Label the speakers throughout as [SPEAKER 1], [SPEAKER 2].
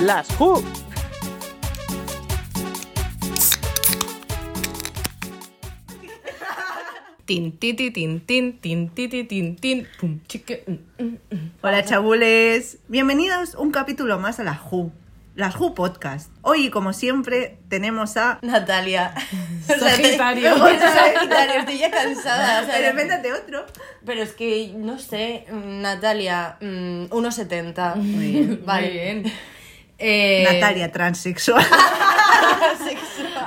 [SPEAKER 1] Las Who.
[SPEAKER 2] Tin, ti, ti, tin, tin, tin, ti, ti, tin, tin, pum, chique, mm, mm, mm. Hola chabules,
[SPEAKER 3] Bienvenidos un capítulo más a la Ju, la Ju Podcast. Hoy, como siempre, tenemos a...
[SPEAKER 4] Natalia. O sea, te-
[SPEAKER 2] Sagitario.
[SPEAKER 4] Oye, Sagitario, estoy ya
[SPEAKER 2] Ah,
[SPEAKER 4] cansada. o sea,
[SPEAKER 3] Pero invéntate otro.
[SPEAKER 4] pero es que, no sé, mm, Natalia, mm, 1,70.
[SPEAKER 3] Muy bien.
[SPEAKER 4] Vale.
[SPEAKER 2] Muy bien. Eh,
[SPEAKER 3] Natalia, transexual.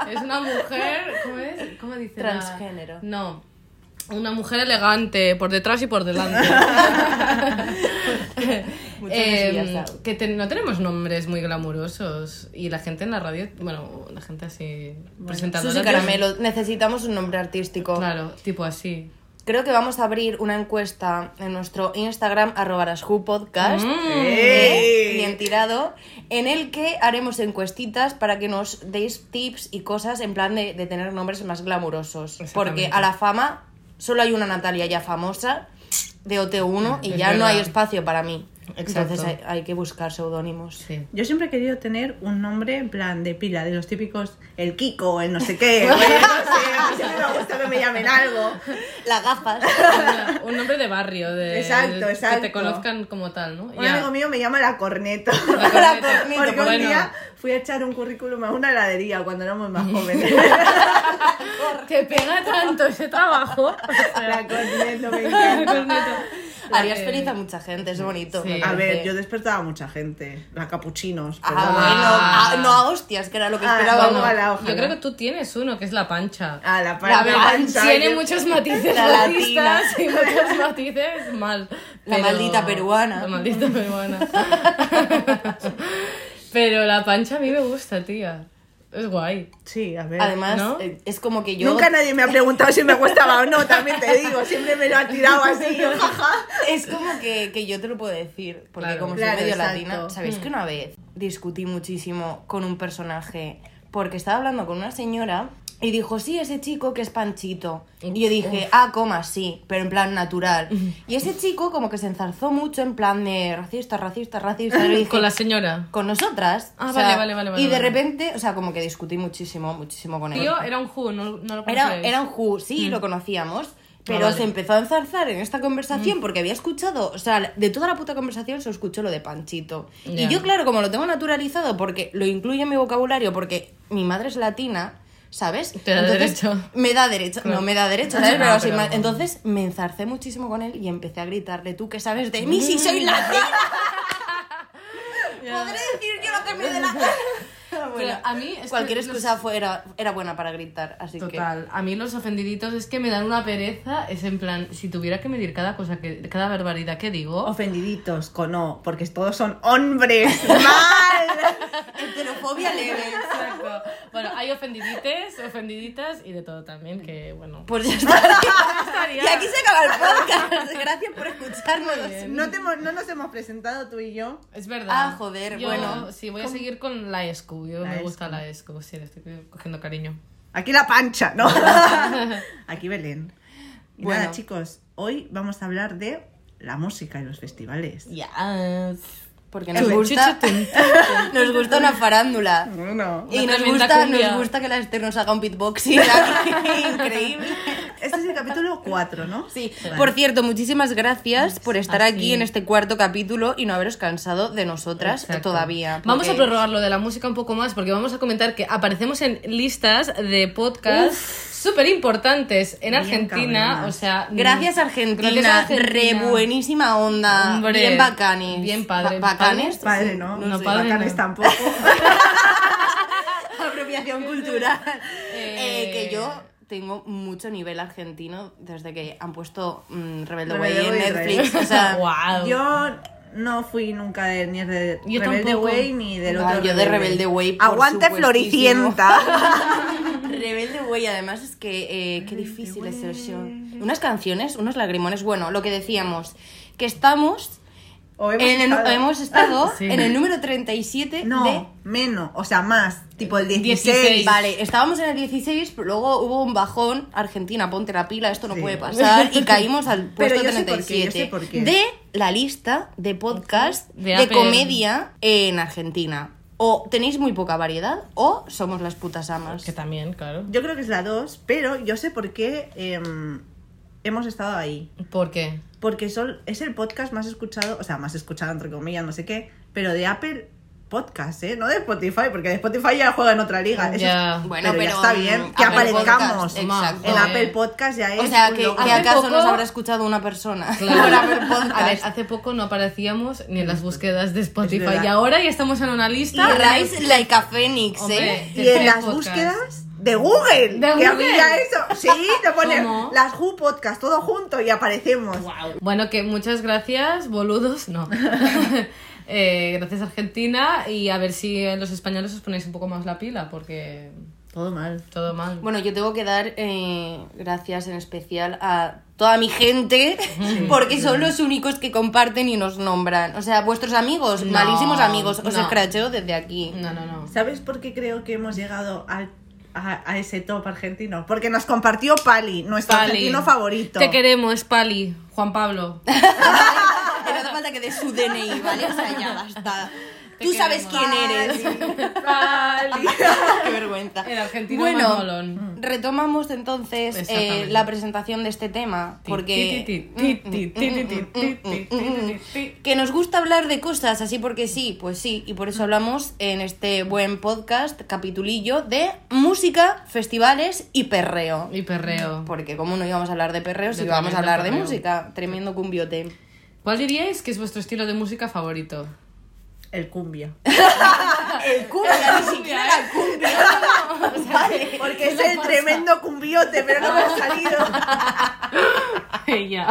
[SPEAKER 2] Es una mujer, ¿cómo es? ¿Cómo dice? la-
[SPEAKER 4] Transgénero.
[SPEAKER 2] No, una mujer elegante, por detrás y por delante.
[SPEAKER 4] Mucho
[SPEAKER 2] Eh,
[SPEAKER 4] desviazado.
[SPEAKER 2] que te- no tenemos nombres muy glamurosos y la gente en la radio, bueno, la gente así presentadora.
[SPEAKER 4] Susi
[SPEAKER 2] tiene-
[SPEAKER 4] Caramelo, necesitamos un nombre artístico.
[SPEAKER 2] Claro, tipo así.
[SPEAKER 4] Creo que vamos a abrir una encuesta en nuestro Instagram, arroba las Ju Podcast.
[SPEAKER 2] Mm.
[SPEAKER 3] ¡Ey!
[SPEAKER 4] Bien tirado, en el que haremos encuestitas para que nos deis tips y cosas en plan de, de tener nombres más glamurosos.
[SPEAKER 2] Exactamente.
[SPEAKER 4] Porque a la fama solo hay una Natalia ya famosa de OT1 y
[SPEAKER 2] Es
[SPEAKER 4] ya no hay
[SPEAKER 2] verdad.
[SPEAKER 4] espacio para mí.
[SPEAKER 2] Exacto.
[SPEAKER 4] Entonces hay, hay que buscar seudónimos.
[SPEAKER 2] Sí.
[SPEAKER 3] Yo siempre he querido tener un nombre en plan de pila, de los típicos, el Kiko, el no sé qué, o el no sé, a mí siempre me gusta que me llamen algo.
[SPEAKER 4] Las gafas.
[SPEAKER 2] Una- un nombre de barrio, de,
[SPEAKER 3] Exacto,
[SPEAKER 2] de- que te
[SPEAKER 3] exacto.
[SPEAKER 2] conozcan como tal, ¿no?
[SPEAKER 3] Un
[SPEAKER 2] Ya.
[SPEAKER 3] amigo mío me llama la corneto.
[SPEAKER 2] La corneta.
[SPEAKER 4] La corneta,
[SPEAKER 3] Porque un
[SPEAKER 2] bueno.
[SPEAKER 3] día fui a echar un currículum a una heladería cuando éramos más jóvenes.
[SPEAKER 2] Te pega tanto ese trabajo. O sea,
[SPEAKER 3] la corneto, me
[SPEAKER 2] el
[SPEAKER 3] encanta.
[SPEAKER 2] corneto.
[SPEAKER 4] Harías
[SPEAKER 2] Eh,
[SPEAKER 4] feliz a mucha gente, es bonito.
[SPEAKER 2] Sí.
[SPEAKER 4] me
[SPEAKER 3] A ver,
[SPEAKER 4] parece.
[SPEAKER 3] yo despertaba a mucha gente. La capuchinos.
[SPEAKER 4] Ah,
[SPEAKER 3] perdona.
[SPEAKER 2] Ah.
[SPEAKER 4] bueno, ah, no a hostias, que era lo que
[SPEAKER 3] Ah,
[SPEAKER 4] esperaba.
[SPEAKER 3] bueno,
[SPEAKER 4] uno.
[SPEAKER 3] ojalá,
[SPEAKER 2] Yo
[SPEAKER 3] ojalá.
[SPEAKER 2] creo que tú tienes uno, que es la pancha.
[SPEAKER 3] Ah, la
[SPEAKER 4] La
[SPEAKER 3] pancha.
[SPEAKER 4] pancha,
[SPEAKER 2] Tiene muchos matices
[SPEAKER 4] La latina.
[SPEAKER 2] racistas y muchos matices mal.
[SPEAKER 4] La maldita peruana.
[SPEAKER 2] La maldita peruana. pero la pancha a mí me gusta, tía. Es guay.
[SPEAKER 3] Sí, a ver.
[SPEAKER 4] Además,
[SPEAKER 2] ¿No?
[SPEAKER 4] eh, es como que yo.
[SPEAKER 3] Nunca nadie me ha preguntado si me gustaba o no, también te digo. Siempre me lo han tirado así, jaja.
[SPEAKER 4] Es como que, que yo te lo puedo decir, porque
[SPEAKER 2] Claro. Hmm.
[SPEAKER 4] como
[SPEAKER 3] Claro,
[SPEAKER 4] soy medio
[SPEAKER 3] exacto.
[SPEAKER 4] latina, ¿sabéis que una vez discutí muchísimo con un personaje? Porque estaba hablando con una señora y dijo, sí, ese chico que es panchito. Y yo dije, ah, coma, sí, pero en plan natural. Y ese chico como que se enzarzó mucho en plan de racista, racista, racista. Y le dije,
[SPEAKER 2] Con la señora.
[SPEAKER 4] con nosotras.
[SPEAKER 2] Ah,
[SPEAKER 4] o sea,
[SPEAKER 2] vale, vale, vale, vale,
[SPEAKER 4] Y de
[SPEAKER 2] vale.
[SPEAKER 4] repente, o sea, como que discutí muchísimo, muchísimo con él.
[SPEAKER 2] Tío, era un ju, no, no lo
[SPEAKER 4] Era,
[SPEAKER 2] conocíais.
[SPEAKER 4] era un Who, sí, lo conocíamos. Pero
[SPEAKER 2] Mm. Ah, vale. Mm.
[SPEAKER 4] se empezó a enzarzar en esta conversación porque había escuchado, o sea, de toda la puta conversación se escuchó lo de Panchito.
[SPEAKER 2] Ya.
[SPEAKER 4] Y yo, claro, como lo tengo naturalizado porque lo incluye en mi vocabulario porque mi madre es latina, ¿sabes?
[SPEAKER 2] Te da derecho.
[SPEAKER 4] Me da derecho,
[SPEAKER 2] Claro.
[SPEAKER 4] no me da derecho, ¿sabes?
[SPEAKER 2] No,
[SPEAKER 4] Pero así
[SPEAKER 2] pero-
[SPEAKER 4] ma- entonces me enzarcé muchísimo con él y empecé a gritarle, tú que sabes de mí si
[SPEAKER 2] Mm.
[SPEAKER 4] soy latina. Podré decir yo lo que me dé la gana. Bueno,
[SPEAKER 2] a mí es que
[SPEAKER 4] cualquier
[SPEAKER 2] los-
[SPEAKER 4] excusa fue- era, era buena para gritar, así que...
[SPEAKER 2] Total, a mí los ofendiditos es que me dan una pereza, es en plan, si tuviera que medir cada cosa, que cada barbaridad que digo,
[SPEAKER 3] Ofendiditos con O, porque todos son hombres. ¡Mal!
[SPEAKER 4] Heterofobia leve.
[SPEAKER 2] Exacto. Bueno, hay ofendidites, ofendiditas y de todo también, que bueno.
[SPEAKER 4] Pues ya está. y aquí se acaba el podcast. Gracias por escucharnos.
[SPEAKER 3] No, te hemos- no nos hemos presentado tú y yo.
[SPEAKER 2] Es verdad.
[SPEAKER 4] Ah, joder,
[SPEAKER 2] Yo,
[SPEAKER 4] bueno.
[SPEAKER 2] Sí, voy a seguir con la ESCU. Yo
[SPEAKER 3] La
[SPEAKER 2] me
[SPEAKER 3] ESCU.
[SPEAKER 2] gusta la ESCU, sí, le estoy cogiendo cariño.
[SPEAKER 3] Aquí la pancha, ¿no? Aquí Belén. Y
[SPEAKER 4] Bueno.
[SPEAKER 3] Nada, chicos, hoy vamos a hablar de la música y los festivales.
[SPEAKER 4] Ya. Porque
[SPEAKER 2] Chu,
[SPEAKER 4] nos
[SPEAKER 2] chu,
[SPEAKER 4] gusta,
[SPEAKER 2] chu, tum,
[SPEAKER 4] nos gusta una farándula.
[SPEAKER 3] Bueno.
[SPEAKER 4] Y nos
[SPEAKER 2] tremenda
[SPEAKER 4] gusta,
[SPEAKER 2] cumbia.
[SPEAKER 4] nos gusta que la Esther nos haga un beatboxing aquí. Increíble.
[SPEAKER 3] Este es el capítulo 4, ¿no?
[SPEAKER 4] Sí.
[SPEAKER 3] Vale.
[SPEAKER 4] Por cierto, muchísimas gracias por estar
[SPEAKER 2] Así.
[SPEAKER 4] aquí en este cuarto capítulo y no haberos cansado de nosotras
[SPEAKER 2] Exacto.
[SPEAKER 4] todavía.
[SPEAKER 2] Vamos a
[SPEAKER 4] porque-
[SPEAKER 2] prorrogar lo de la música un poco más porque vamos a comentar que aparecemos en listas de podcasts súper importantes en
[SPEAKER 3] Bien
[SPEAKER 2] Argentina.
[SPEAKER 3] cabronas.
[SPEAKER 2] O sea, mm,
[SPEAKER 4] Gracias Argentina,
[SPEAKER 2] gracias a
[SPEAKER 4] re
[SPEAKER 2] Argentina.
[SPEAKER 4] buenísima onda,
[SPEAKER 2] Hombre,
[SPEAKER 4] bien bacanes.
[SPEAKER 2] bien padre.
[SPEAKER 4] Ba- bacanes,
[SPEAKER 3] Padre, ¿no?
[SPEAKER 2] No,
[SPEAKER 3] sé,
[SPEAKER 2] padre,
[SPEAKER 3] bacanes
[SPEAKER 2] no.
[SPEAKER 3] tampoco.
[SPEAKER 4] apropiación cultural.
[SPEAKER 2] Eh,
[SPEAKER 4] Eh, que yo tengo mucho nivel argentino desde que han puesto mm, Rebelde Way
[SPEAKER 3] Rebelde
[SPEAKER 4] en
[SPEAKER 3] Way,
[SPEAKER 4] Netflix.
[SPEAKER 3] Rebelde.
[SPEAKER 4] O sea,
[SPEAKER 2] Wow.
[SPEAKER 3] Yo no fui nunca de, ni de
[SPEAKER 2] Yo
[SPEAKER 3] Rebelde
[SPEAKER 2] tampoco.
[SPEAKER 3] Way ni del
[SPEAKER 4] No,
[SPEAKER 3] otro.
[SPEAKER 4] yo de Rebelde Way, por
[SPEAKER 3] Aguante
[SPEAKER 4] supuestísimo.
[SPEAKER 3] Floricienta.
[SPEAKER 4] Rebelde Way, además es que eh, qué difícil es el show. Unas canciones, unos lagrimones. Bueno, lo que decíamos, que estamos.
[SPEAKER 3] O hemos
[SPEAKER 4] en el nu-
[SPEAKER 3] estado.
[SPEAKER 4] hemos estado
[SPEAKER 2] Sí.
[SPEAKER 4] en el número 37
[SPEAKER 3] no,
[SPEAKER 4] de
[SPEAKER 3] menos, o sea, más, tipo el 16.
[SPEAKER 2] 16.
[SPEAKER 4] Vale, estábamos en el 16, pero luego hubo un bajón. Argentina, ponte la pila, esto no
[SPEAKER 3] Sí.
[SPEAKER 4] puede pasar. Y caímos al puesto
[SPEAKER 3] yo sé por qué,
[SPEAKER 4] 37
[SPEAKER 3] yo sé por qué.
[SPEAKER 4] de la lista de podcast
[SPEAKER 2] De
[SPEAKER 4] de,
[SPEAKER 2] APM.
[SPEAKER 4] comedia en Argentina. o tenéis muy poca variedad o somos las putas amas.
[SPEAKER 2] Que también, claro.
[SPEAKER 3] Yo creo que es la 2, pero yo sé por qué em, hemos estado ahí.
[SPEAKER 2] ¿Por qué?
[SPEAKER 3] Porque son, es el podcast más escuchado, o sea, más escuchado entre comillas, no sé qué, pero de Apple Podcast, ¿eh? No de Spotify, porque de Spotify ya juega en otra liga. Eso es-
[SPEAKER 2] Ya.
[SPEAKER 4] Bueno,
[SPEAKER 3] Ah, pero, ya
[SPEAKER 4] pero,
[SPEAKER 3] está
[SPEAKER 4] mm,
[SPEAKER 3] bien, que
[SPEAKER 4] Apple
[SPEAKER 3] aparezcamos
[SPEAKER 4] Podcast, exacto.
[SPEAKER 3] en
[SPEAKER 2] eh.
[SPEAKER 3] Apple Podcast ya es
[SPEAKER 4] O sea,
[SPEAKER 3] un
[SPEAKER 4] que,
[SPEAKER 3] logro.
[SPEAKER 4] que
[SPEAKER 2] Hace
[SPEAKER 4] acaso
[SPEAKER 2] poco-
[SPEAKER 4] nos habrá escuchado una persona.
[SPEAKER 2] Claro.
[SPEAKER 4] por haber podcast.
[SPEAKER 2] A ver, hace poco no aparecíamos ni en las búsquedas de Spotify
[SPEAKER 3] verdad.
[SPEAKER 2] y ahora ya estamos en una
[SPEAKER 4] Y
[SPEAKER 2] lista.
[SPEAKER 4] Rise like a Phoenix,
[SPEAKER 2] Hombre.
[SPEAKER 4] ¿eh?
[SPEAKER 3] Y en
[SPEAKER 2] Tercer
[SPEAKER 3] las
[SPEAKER 2] podcast.
[SPEAKER 3] búsquedas de Google.
[SPEAKER 2] ¿De
[SPEAKER 3] que
[SPEAKER 2] Google?
[SPEAKER 3] había eso. Sí, te pones
[SPEAKER 2] ¿Cómo?
[SPEAKER 3] las Who Podcast todo junto y aparecemos.
[SPEAKER 2] Bueno, que muchas gracias, boludos, no. Eh, gracias Argentina y a ver si eh, los españoles os ponéis un poco más la pila porque
[SPEAKER 3] Todo mal.
[SPEAKER 2] todo mal.
[SPEAKER 4] Bueno, yo tengo que dar eh, gracias en especial a toda mi gente, porque son los únicos que comparten y nos nombran. O sea, vuestros amigos,
[SPEAKER 2] No,
[SPEAKER 4] malísimos amigos, os
[SPEAKER 2] no.
[SPEAKER 4] escracheo desde aquí.
[SPEAKER 2] No, no, no.
[SPEAKER 3] ¿Sabes por qué creo que hemos llegado al- a, a ese top argentino? Porque nos compartió Pali, nuestro
[SPEAKER 2] Pali.
[SPEAKER 3] argentino favorito.
[SPEAKER 2] Te queremos, Pali, Juan Pablo.
[SPEAKER 4] Pero hace falta que dé su DNI, ¿vale? O sea, ya basta.
[SPEAKER 2] Te
[SPEAKER 4] Tú sabes
[SPEAKER 2] queremos.
[SPEAKER 4] quién eres.
[SPEAKER 2] Pali.
[SPEAKER 4] Qué vergüenza.
[SPEAKER 2] El argentino
[SPEAKER 4] bueno,
[SPEAKER 2] más molón.
[SPEAKER 4] retomamos entonces eh,
[SPEAKER 2] Exactamente.
[SPEAKER 4] la presentación de este tema, porque... que nos gusta hablar de cosas así porque sí, pues sí, y por eso hablamos en este buen podcast, capitulillo, de música, festivales y perreo.
[SPEAKER 2] Y perreo.
[SPEAKER 4] Porque cómo no íbamos a hablar de perreo si
[SPEAKER 2] De
[SPEAKER 4] íbamos a
[SPEAKER 2] tremendo
[SPEAKER 4] hablar de
[SPEAKER 2] perreo.
[SPEAKER 4] música, tremendo cumbiote.
[SPEAKER 2] ¿Cuál diríais que es vuestro estilo de música favorito?
[SPEAKER 3] El cumbia.
[SPEAKER 4] El cumbia, ni siquiera la cumbia.
[SPEAKER 3] Vale, porque es el tremendo cumbiote, pero no me ha salido.
[SPEAKER 2] Ella.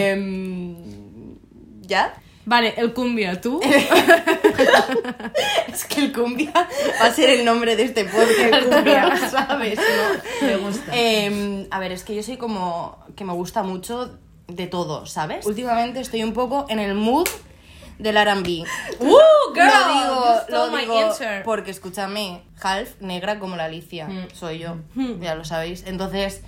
[SPEAKER 4] Em, ¿Ya?
[SPEAKER 2] Vale, el cumbia, ¿tú?
[SPEAKER 4] Es que el cumbia va a ser el nombre de este podcast,
[SPEAKER 3] cumbia.
[SPEAKER 4] ¿sabes? No.
[SPEAKER 3] Me gusta.
[SPEAKER 4] Eh, a ver, es que yo soy como que me gusta mucho de todo, ¿sabes? Últimamente estoy un poco en el mood del R&B.
[SPEAKER 2] ¡Uh,
[SPEAKER 4] lo digo,
[SPEAKER 2] you
[SPEAKER 4] lo
[SPEAKER 2] stole my
[SPEAKER 4] digo
[SPEAKER 2] answer.
[SPEAKER 4] porque escúchame, half negra como la Alicia,
[SPEAKER 2] Mm.
[SPEAKER 4] soy yo, ya lo sabéis. Entonces,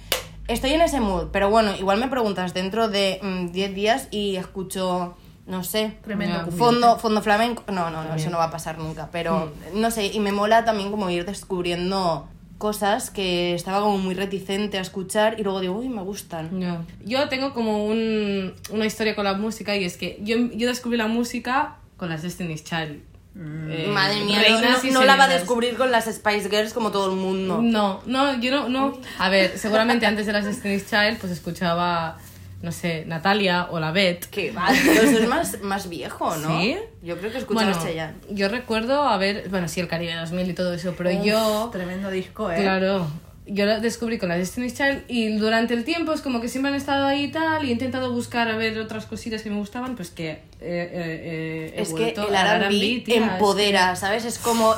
[SPEAKER 4] estoy en ese mood, pero bueno, igual me preguntas dentro de mm, 10 días y escucho, no sé, eh,
[SPEAKER 3] Tremendo
[SPEAKER 2] Ya.
[SPEAKER 3] cumbiote.
[SPEAKER 4] fondo, fondo flamenco. No, no, no, eso no va a pasar nunca, pero
[SPEAKER 2] Mm.
[SPEAKER 4] no sé, y me mola también como ir descubriendo cosas que estaba como muy reticente a escuchar y luego digo, uy, me gustan.
[SPEAKER 2] Ya. Yo tengo como un- una historia con la música y es que yo, yo descubrí la música con las Destiny's Child. Eh,
[SPEAKER 4] Madre mía, no-
[SPEAKER 2] reinas
[SPEAKER 4] no,
[SPEAKER 2] y
[SPEAKER 4] no la va a
[SPEAKER 2] señoras.
[SPEAKER 4] descubrir con las Spice Girls como todo el mundo.
[SPEAKER 2] No, no, yo no, no. A ver, seguramente antes de las Destiny's Child pues escuchaba, no sé, Natalia o la Beth.
[SPEAKER 4] Que vale, pero eso es más, más viejo, ¿no?
[SPEAKER 2] ¿Sí?
[SPEAKER 4] Yo creo que escuchaba Chayanne.
[SPEAKER 2] yo recuerdo haber, bueno, sí, el Caribe 2000 y todo eso, pero yo...
[SPEAKER 3] Tremendo disco, ¿eh?
[SPEAKER 2] Claro. Yo lo descubrí con la Destiny's Child y durante el tiempo es como que siempre han estado ahí y tal y he intentado buscar a ver otras cositas que me gustaban, pues que eh, eh, eh, he
[SPEAKER 4] Es que el
[SPEAKER 2] vuelto al
[SPEAKER 4] R&B
[SPEAKER 2] tía, es que-
[SPEAKER 4] empodera, ¿sabes? Es como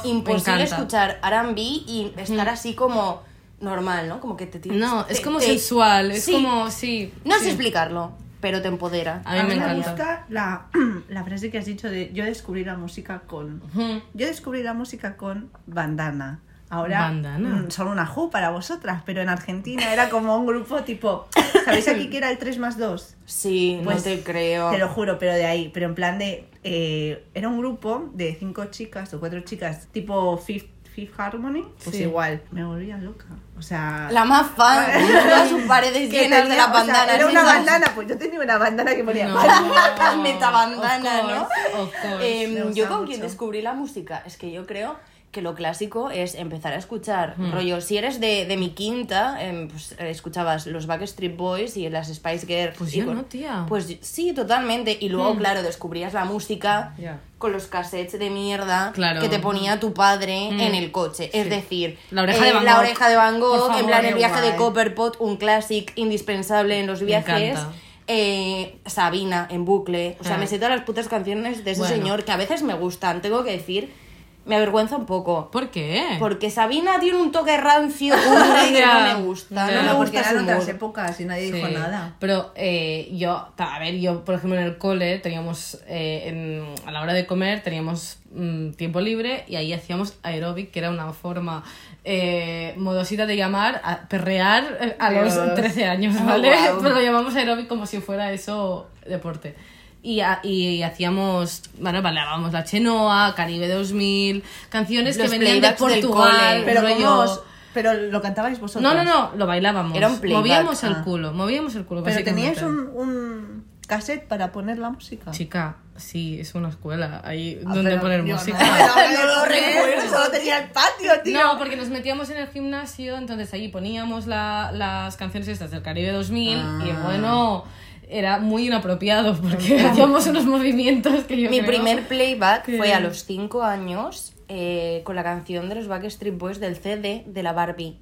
[SPEAKER 2] encanta.
[SPEAKER 4] imposible
[SPEAKER 2] Mm.
[SPEAKER 4] escuchar R&B y estar así como normal, ¿no? Como que te tienes...
[SPEAKER 2] No, es
[SPEAKER 4] te-
[SPEAKER 2] como
[SPEAKER 4] te-
[SPEAKER 2] sensual, es
[SPEAKER 4] Sí.
[SPEAKER 2] como, sí.
[SPEAKER 4] No
[SPEAKER 2] sí.
[SPEAKER 4] sé explicarlo, pero te empodera.
[SPEAKER 2] A mí me encanta.
[SPEAKER 3] gusta la, la frase que has dicho de yo descubrí la música con.
[SPEAKER 2] Ujú.
[SPEAKER 3] Yo descubrí la música con bandana. Ahora
[SPEAKER 2] Bandana.
[SPEAKER 3] mm, son una ju para vosotras, pero en Argentina era como un grupo tipo. ¿Sabéis aquí que era el 3 más 2?
[SPEAKER 4] Sí, no
[SPEAKER 3] Pues,
[SPEAKER 4] te creo.
[SPEAKER 3] Te lo juro, pero de ahí. Pero en plan de. eh, era un grupo de cinco chicas o cuatro chicas, tipo Fifth, Fifth Harmony. Pues
[SPEAKER 2] Sí.
[SPEAKER 3] igual. Me volvía loca. O sea.
[SPEAKER 4] La más fan, todas sus paredes
[SPEAKER 3] que
[SPEAKER 4] llenas de
[SPEAKER 3] tenía,
[SPEAKER 4] las
[SPEAKER 3] o sea,
[SPEAKER 4] bandanas.
[SPEAKER 3] era una
[SPEAKER 4] esas.
[SPEAKER 3] bandana, pues yo tenía una bandana que ponía.
[SPEAKER 2] No.
[SPEAKER 4] Las metabandana,
[SPEAKER 2] Of
[SPEAKER 4] ¿no?
[SPEAKER 2] course, of course.
[SPEAKER 4] Em,
[SPEAKER 3] Me
[SPEAKER 4] yo
[SPEAKER 3] gusta
[SPEAKER 4] con
[SPEAKER 3] mucho.
[SPEAKER 4] quien descubrí la música, es que yo creo que lo clásico es empezar a escuchar
[SPEAKER 2] Hmm.
[SPEAKER 4] rollo. Si eres de, de mi quinta, em, pues, eh, escuchabas los Backstreet Boys y las Spice Girls.
[SPEAKER 2] Pues
[SPEAKER 4] y
[SPEAKER 2] yo no, tía. Hmm.
[SPEAKER 4] Pues sí, totalmente. Y luego, claro, descubrías la música
[SPEAKER 2] Ya.
[SPEAKER 4] con los cassettes de mierda
[SPEAKER 2] Claro.
[SPEAKER 4] que te ponía tu padre
[SPEAKER 2] Mm.
[SPEAKER 4] en el coche. Es
[SPEAKER 2] Sí.
[SPEAKER 4] decir, eh,
[SPEAKER 2] La oreja de Van
[SPEAKER 4] la
[SPEAKER 2] Gogh.
[SPEAKER 4] oreja de Van Gogh,
[SPEAKER 2] Por
[SPEAKER 4] en
[SPEAKER 2] favor,
[SPEAKER 4] plan el
[SPEAKER 2] qué
[SPEAKER 4] viaje de
[SPEAKER 2] guay.
[SPEAKER 4] Copperpot, un clásico indispensable en los viajes.
[SPEAKER 2] encanta.
[SPEAKER 4] Eh, Sabina en bucle. O sea,
[SPEAKER 2] Ah.
[SPEAKER 4] me sé todas las putas canciones de ese
[SPEAKER 2] Bueno.
[SPEAKER 4] señor que a veces me gustan, tengo que decir. Me avergüenza un poco.
[SPEAKER 2] ¿Por qué?
[SPEAKER 4] Porque Sabina tiene un toque rancio, un rey que no me gusta.
[SPEAKER 2] Ya.
[SPEAKER 4] No me
[SPEAKER 3] Bueno, porque
[SPEAKER 4] gusta su
[SPEAKER 3] eran otras
[SPEAKER 4] humor.
[SPEAKER 3] épocas y nadie
[SPEAKER 2] Sí,
[SPEAKER 3] dijo nada.
[SPEAKER 2] Pero eh, yo, ta- a ver, yo por ejemplo en el cole teníamos, eh, en- a la hora de comer teníamos mm, tiempo libre y ahí hacíamos aeróbic, que era una forma eh, modosita de llamar, a, perrear eh, a los
[SPEAKER 3] Dios.
[SPEAKER 2] 13 años,
[SPEAKER 4] Oh,
[SPEAKER 2] ¿vale?
[SPEAKER 4] wow.
[SPEAKER 2] Pero lo llamamos aeróbic como si fuera eso deporte. y, ha- y hacíamos, bueno, bailábamos la Chenoa, Caribe 2000, canciones
[SPEAKER 4] Los
[SPEAKER 2] que venían de
[SPEAKER 4] playbacks del
[SPEAKER 2] Portugal,
[SPEAKER 4] cole.
[SPEAKER 3] Pero,
[SPEAKER 2] rollo-
[SPEAKER 3] ¿cómo os- pero lo cantabais vosotros.
[SPEAKER 2] No, no, no, lo bailábamos.
[SPEAKER 4] Era un playback,
[SPEAKER 2] movíamos
[SPEAKER 4] ah.
[SPEAKER 2] el culo, movíamos el culo.
[SPEAKER 3] Pero teníais
[SPEAKER 2] básicamente.
[SPEAKER 3] un, un cassette para poner la música.
[SPEAKER 2] Chica, sí, es una escuela, ahí
[SPEAKER 3] Ah,
[SPEAKER 2] donde
[SPEAKER 3] pero
[SPEAKER 2] poner
[SPEAKER 3] yo
[SPEAKER 2] música.
[SPEAKER 3] no lo recuerdo, solo tenía el patio, tío.
[SPEAKER 2] No, porque nos metíamos en el gimnasio, entonces allí poníamos la- las canciones estas del Caribe 2000 y
[SPEAKER 3] Ah.
[SPEAKER 2] bueno, era muy inapropiado porque hacíamos unos movimientos que yo
[SPEAKER 4] Mi
[SPEAKER 2] creo-
[SPEAKER 4] primer playback
[SPEAKER 2] que-
[SPEAKER 4] fue a los 5 años eh, con la canción de los Backstreet Boys del CD de la Barbie.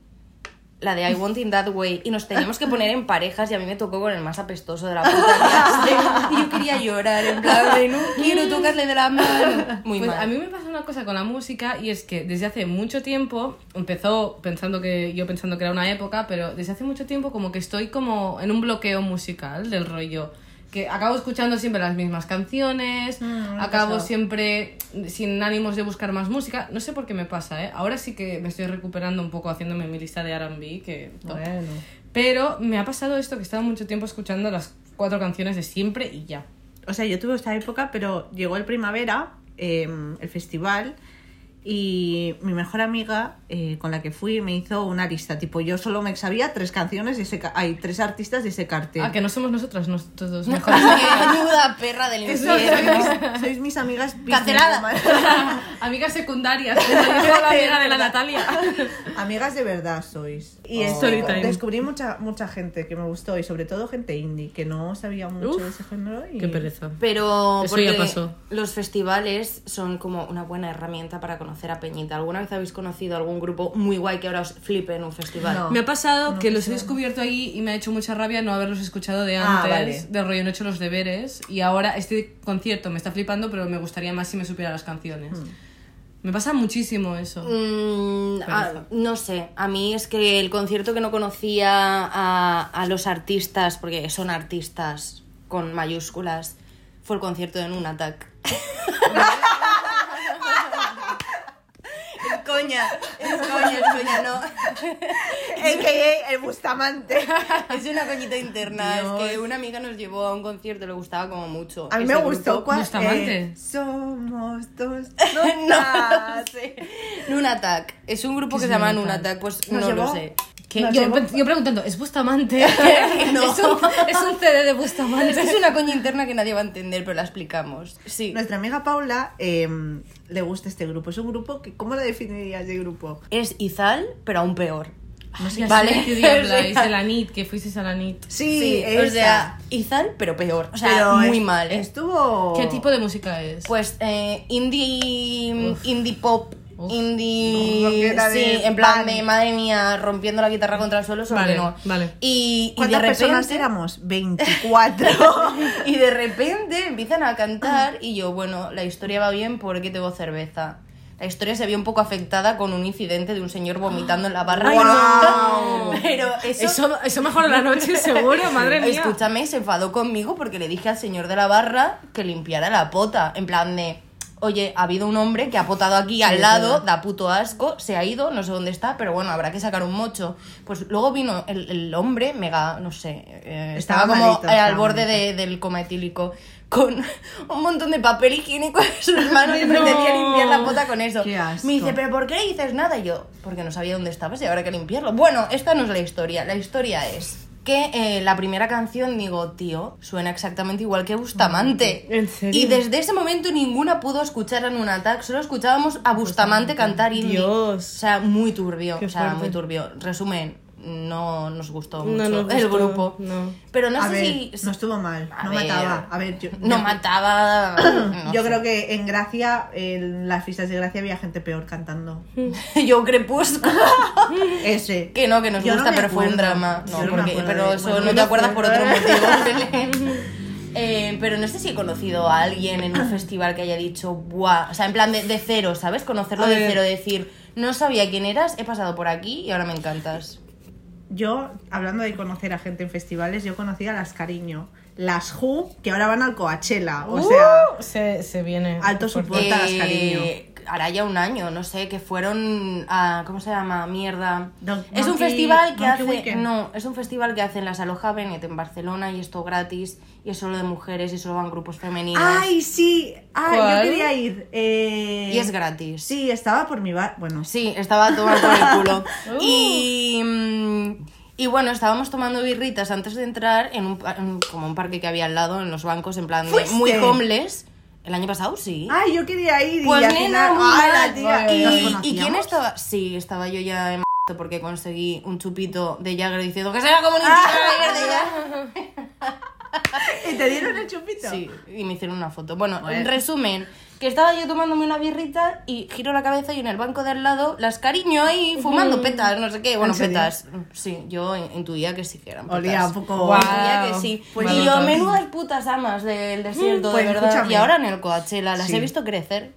[SPEAKER 4] La de I Want It That Way. Y nos teníamos que poner en parejas y a mí me tocó con el más apestoso de la puta clase. Y yo quería llorar, en plan de no quiero tocarle de la mano. Muy
[SPEAKER 2] Pues
[SPEAKER 4] mal.
[SPEAKER 2] a mí me pasa una cosa con la música y es que desde hace mucho tiempo, empezó pensando que yo pensando que era una época, pero desde hace mucho tiempo como que estoy como en un bloqueo musical del rollo que acabo escuchando siempre las mismas canciones,
[SPEAKER 3] Mm, me ha
[SPEAKER 2] acabo
[SPEAKER 3] pasado.
[SPEAKER 2] siempre sin ánimos de buscar más música, no sé por qué me pasa, ¿eh? Ahora sí que me estoy recuperando un poco haciéndome mi lista de R&B que top.
[SPEAKER 3] Bueno.
[SPEAKER 2] pero me ha pasado esto que he estado mucho tiempo escuchando las cuatro canciones de siempre y ya.
[SPEAKER 3] O sea, yo tuve esta época, pero llegó el primavera, eh, el festival, y mi mejor amiga eh, con la que fui me hizo una lista. Tipo, yo solo me sabía tres canciones, de ese ca- hay tres artistas de ese cartel.
[SPEAKER 2] Ah, que no somos nosotras, nosotros dos
[SPEAKER 4] Con
[SPEAKER 2] mejores.
[SPEAKER 4] esa menuda perra del
[SPEAKER 3] Eso,
[SPEAKER 4] infierno.
[SPEAKER 3] sois, mis- sois mis amigas
[SPEAKER 4] Cancelada.
[SPEAKER 3] businesswoman.
[SPEAKER 2] Amigas secundarias, como dijo la amiga de la Natalia.
[SPEAKER 3] Amigas de verdad sois. Y
[SPEAKER 2] Oh.
[SPEAKER 3] esto-
[SPEAKER 2] Story time.
[SPEAKER 3] descubrí mucha mucha gente que me gustó y sobre todo gente indie que no sabía mucho
[SPEAKER 2] Uf,
[SPEAKER 3] de ese género. Y...
[SPEAKER 2] Qué pereza.
[SPEAKER 4] Pero
[SPEAKER 2] Eso
[SPEAKER 4] porque
[SPEAKER 2] ya pasó.
[SPEAKER 4] los festivales son como una buena herramienta para conocer a Peñita. ¿Alguna vez habéis conocido algún grupo muy guay que ahora os flipe en un festival?
[SPEAKER 3] No.
[SPEAKER 2] Me ha pasado
[SPEAKER 3] No,
[SPEAKER 2] que
[SPEAKER 3] que
[SPEAKER 2] los he
[SPEAKER 3] sea.
[SPEAKER 2] descubierto ahí y me ha hecho mucha rabia no haberlos escuchado de
[SPEAKER 3] Ah,
[SPEAKER 2] antes,
[SPEAKER 3] vale.
[SPEAKER 2] de rollo no he hecho los deberes y ahora este concierto me está flipando, pero me gustaría más si me supiera las canciones. Me pasa muchísimo eso.
[SPEAKER 4] Mm, ah, no sé, a mí es que el concierto que no conocía a, a los artistas, porque son artistas con mayúsculas, fue el concierto de Nunatak. es coña, es coña, es coña, no.
[SPEAKER 3] AKA el Bustamante.
[SPEAKER 4] Es una coñita interna, es que
[SPEAKER 3] Dios.
[SPEAKER 4] una amiga nos llevó a un concierto, le gustaba como mucho.
[SPEAKER 3] A mí
[SPEAKER 4] ese
[SPEAKER 3] me
[SPEAKER 4] grupo.
[SPEAKER 3] gustó cuando
[SPEAKER 2] Bustamante.
[SPEAKER 3] somos dos.
[SPEAKER 4] no
[SPEAKER 3] locas.
[SPEAKER 4] sé. Nunatak, es un grupo que se llama Nunatak, pues
[SPEAKER 3] Nos
[SPEAKER 4] no lo
[SPEAKER 3] llevó-
[SPEAKER 4] sé.
[SPEAKER 2] Que
[SPEAKER 3] nos
[SPEAKER 2] yo,
[SPEAKER 3] llevó-
[SPEAKER 2] yo preguntando, ¿es Bustamante?
[SPEAKER 4] No.
[SPEAKER 2] es, un, es un CD de Bustamante.
[SPEAKER 4] Es que es una coña interna que nadie va a entender, pero la explicamos. Sí.
[SPEAKER 3] Nuestra amiga Paula eh, le gusta este grupo. Es un grupo que, ¿cómo lo definirías de grupo?
[SPEAKER 4] Es Izal, pero aún peor.
[SPEAKER 2] No sé
[SPEAKER 4] Vale.
[SPEAKER 2] qué día habláis,
[SPEAKER 4] O sea-
[SPEAKER 2] de la NIT, que fuisteis a la NIT.
[SPEAKER 4] o sea, Izal, pero peor. O sea,
[SPEAKER 3] Pero
[SPEAKER 4] muy
[SPEAKER 3] es-
[SPEAKER 4] mal. ¿eh?
[SPEAKER 3] Estuvo.
[SPEAKER 2] ¿Qué tipo de música es?
[SPEAKER 4] Pues eh, indie,
[SPEAKER 2] Uf.
[SPEAKER 4] indie pop,
[SPEAKER 2] Uf.
[SPEAKER 4] indie...
[SPEAKER 3] Porque era
[SPEAKER 4] sí,
[SPEAKER 3] de
[SPEAKER 4] en
[SPEAKER 3] pan.
[SPEAKER 4] plan de, madre mía, rompiendo la guitarra contra el suelo, solo
[SPEAKER 2] Vale,
[SPEAKER 4] que no.
[SPEAKER 2] vale.
[SPEAKER 4] Y, y de
[SPEAKER 3] ¿Cuántas
[SPEAKER 4] repente...
[SPEAKER 3] personas éramos? 24.
[SPEAKER 4] Y de repente empiezan a cantar y yo, bueno, la historia va bien porque tengo cerveza. La historia se vio un poco afectada con un incidente de un señor vomitando en la barra.
[SPEAKER 3] ¡Ay, no!
[SPEAKER 4] Pero eso...
[SPEAKER 2] Eso, eso mejora la noche, seguro, madre mía.
[SPEAKER 4] Escúchame, se enfadó conmigo porque le dije al señor de la barra que limpiara la pota. En plan de, oye, ha habido un hombre que ha potado aquí al lado, da puto asco, se ha ido, no sé dónde está, pero bueno, habrá que sacar un mocho. Pues luego vino el, el hombre, mega, no sé, eh,
[SPEAKER 3] Estaba
[SPEAKER 4] estaba, como
[SPEAKER 3] malito,
[SPEAKER 4] eh, al
[SPEAKER 3] estaba
[SPEAKER 4] borde
[SPEAKER 3] malito.
[SPEAKER 4] de- del coma etílico. Con un montón de papel higiénico en sus manos y
[SPEAKER 2] No.
[SPEAKER 4] pretendía limpiar la pota con eso.
[SPEAKER 3] Qué asco.
[SPEAKER 4] Me dice, ¿pero por qué dices nada? Y yo, porque no sabía dónde estabas y ahora que limpiarlo. Bueno, esta no es la historia. La historia es que eh, la primera canción, digo, tío, suena exactamente igual que Bustamante.
[SPEAKER 2] ¿En serio?
[SPEAKER 4] Y desde ese momento ninguna pudo escuchar en un ataque, solo escuchábamos a Bustamante cantar indie.
[SPEAKER 2] Dios.
[SPEAKER 4] O sea, muy turbio.
[SPEAKER 2] Qué
[SPEAKER 4] o sea,
[SPEAKER 2] fuerte.
[SPEAKER 4] muy turbio. Resumen, no nos gustó
[SPEAKER 2] No
[SPEAKER 4] mucho
[SPEAKER 2] nos
[SPEAKER 4] el
[SPEAKER 2] gustó,
[SPEAKER 4] grupo.
[SPEAKER 2] no.
[SPEAKER 4] Pero no
[SPEAKER 3] a
[SPEAKER 4] sé
[SPEAKER 3] ver,
[SPEAKER 4] si.
[SPEAKER 3] no estuvo mal.
[SPEAKER 4] A
[SPEAKER 3] no
[SPEAKER 4] ver.
[SPEAKER 3] mataba. A ver, yo.
[SPEAKER 4] No
[SPEAKER 3] yo-
[SPEAKER 4] mataba. no
[SPEAKER 3] yo
[SPEAKER 4] sé.
[SPEAKER 3] creo que en Gracia, en las fiestas de Gracia había gente peor cantando.
[SPEAKER 4] Yo crepúsculo.
[SPEAKER 3] Ese.
[SPEAKER 4] Que no, que nos
[SPEAKER 3] Yo no
[SPEAKER 4] gusta,
[SPEAKER 3] me
[SPEAKER 4] pero fue un
[SPEAKER 3] acuerdo.
[SPEAKER 4] drama. No,
[SPEAKER 3] Yo no me
[SPEAKER 4] porque-
[SPEAKER 3] acuerdo
[SPEAKER 4] pero
[SPEAKER 3] de-
[SPEAKER 4] eso
[SPEAKER 3] bueno,
[SPEAKER 4] no
[SPEAKER 3] no
[SPEAKER 4] te
[SPEAKER 3] me
[SPEAKER 4] acuerdas por otro
[SPEAKER 3] acuerdo.
[SPEAKER 4] motivo. Eh, pero no sé si he conocido a alguien
[SPEAKER 3] Ah.
[SPEAKER 4] en un festival que haya dicho, ¡buah! O sea, en plan de, de cero, ¿sabes? Conocerlo
[SPEAKER 2] A
[SPEAKER 4] de
[SPEAKER 2] ver.
[SPEAKER 4] cero, decir, no sabía quién eras, he pasado por aquí y ahora me encantas.
[SPEAKER 3] Yo, hablando de conocer a gente en festivales, yo conocí a las Cariño, las
[SPEAKER 4] Uh,
[SPEAKER 3] Who, que ahora van al Coachella. O sea,
[SPEAKER 2] Uh, se, se viene.
[SPEAKER 3] alto
[SPEAKER 2] fuerte.
[SPEAKER 3] soporte a las Cariño.
[SPEAKER 4] Eh, hará ya un año, no sé, que fueron a, ¿cómo se llama? Mierda.
[SPEAKER 3] Don-
[SPEAKER 4] es un
[SPEAKER 3] Donkey-
[SPEAKER 4] festival
[SPEAKER 3] Donkey
[SPEAKER 4] que hace,
[SPEAKER 3] Weekend.
[SPEAKER 4] no, es un festival que hacen las Aloha Benet en Barcelona y esto gratis y es solo de mujeres y solo van grupos femeninos.
[SPEAKER 3] ¡Ay, sí! ¡Ay,
[SPEAKER 2] ¿Cuál?
[SPEAKER 3] yo quería ir! Eh,
[SPEAKER 4] Y es gratis.
[SPEAKER 3] Sí, estaba por mi bar. Bueno,
[SPEAKER 4] Sí, estaba tomando por el culo.
[SPEAKER 3] Uh.
[SPEAKER 4] Y, mm, y bueno, estábamos tomando birritas antes de entrar en un, pa- en como un parque que había al lado, en los bancos, en plan de
[SPEAKER 3] ¿Fuiste?
[SPEAKER 4] muy homeless. El año pasado sí.
[SPEAKER 3] ¡Ay, yo quería ir! y
[SPEAKER 4] Pues
[SPEAKER 3] al
[SPEAKER 4] nena,
[SPEAKER 3] final-
[SPEAKER 4] muy
[SPEAKER 3] ¡Hala,
[SPEAKER 4] mala.
[SPEAKER 3] tía!
[SPEAKER 2] Ay,
[SPEAKER 3] ¿Nos
[SPEAKER 4] ¿Y, y quién
[SPEAKER 3] conocíamos?
[SPEAKER 4] estaba? Sí, estaba yo ya en porque conseguí un chupito de Jagger diciendo que será como un chupito de Jagger.
[SPEAKER 3] ¿Y te dieron el chupito?
[SPEAKER 4] Sí, y me hicieron una foto. Bueno, en
[SPEAKER 3] Bueno.
[SPEAKER 4] resumen, que estaba yo tomándome una birrita y giro la cabeza y en el banco de al lado las cariño ahí fumando petas, no sé qué. Bueno,
[SPEAKER 3] ¿En serio?
[SPEAKER 4] petas. Sí, yo in- intuía que sí que eran petas.
[SPEAKER 3] Olía un poco...
[SPEAKER 2] Guau.
[SPEAKER 4] Intuía que sí.
[SPEAKER 3] Pues
[SPEAKER 4] y yo,
[SPEAKER 2] entonces-
[SPEAKER 4] menudas putas amas del desierto,
[SPEAKER 3] pues
[SPEAKER 4] de verdad.
[SPEAKER 3] escúchame.
[SPEAKER 4] Y ahora en el Coachella las
[SPEAKER 3] Sí.
[SPEAKER 4] he visto crecer.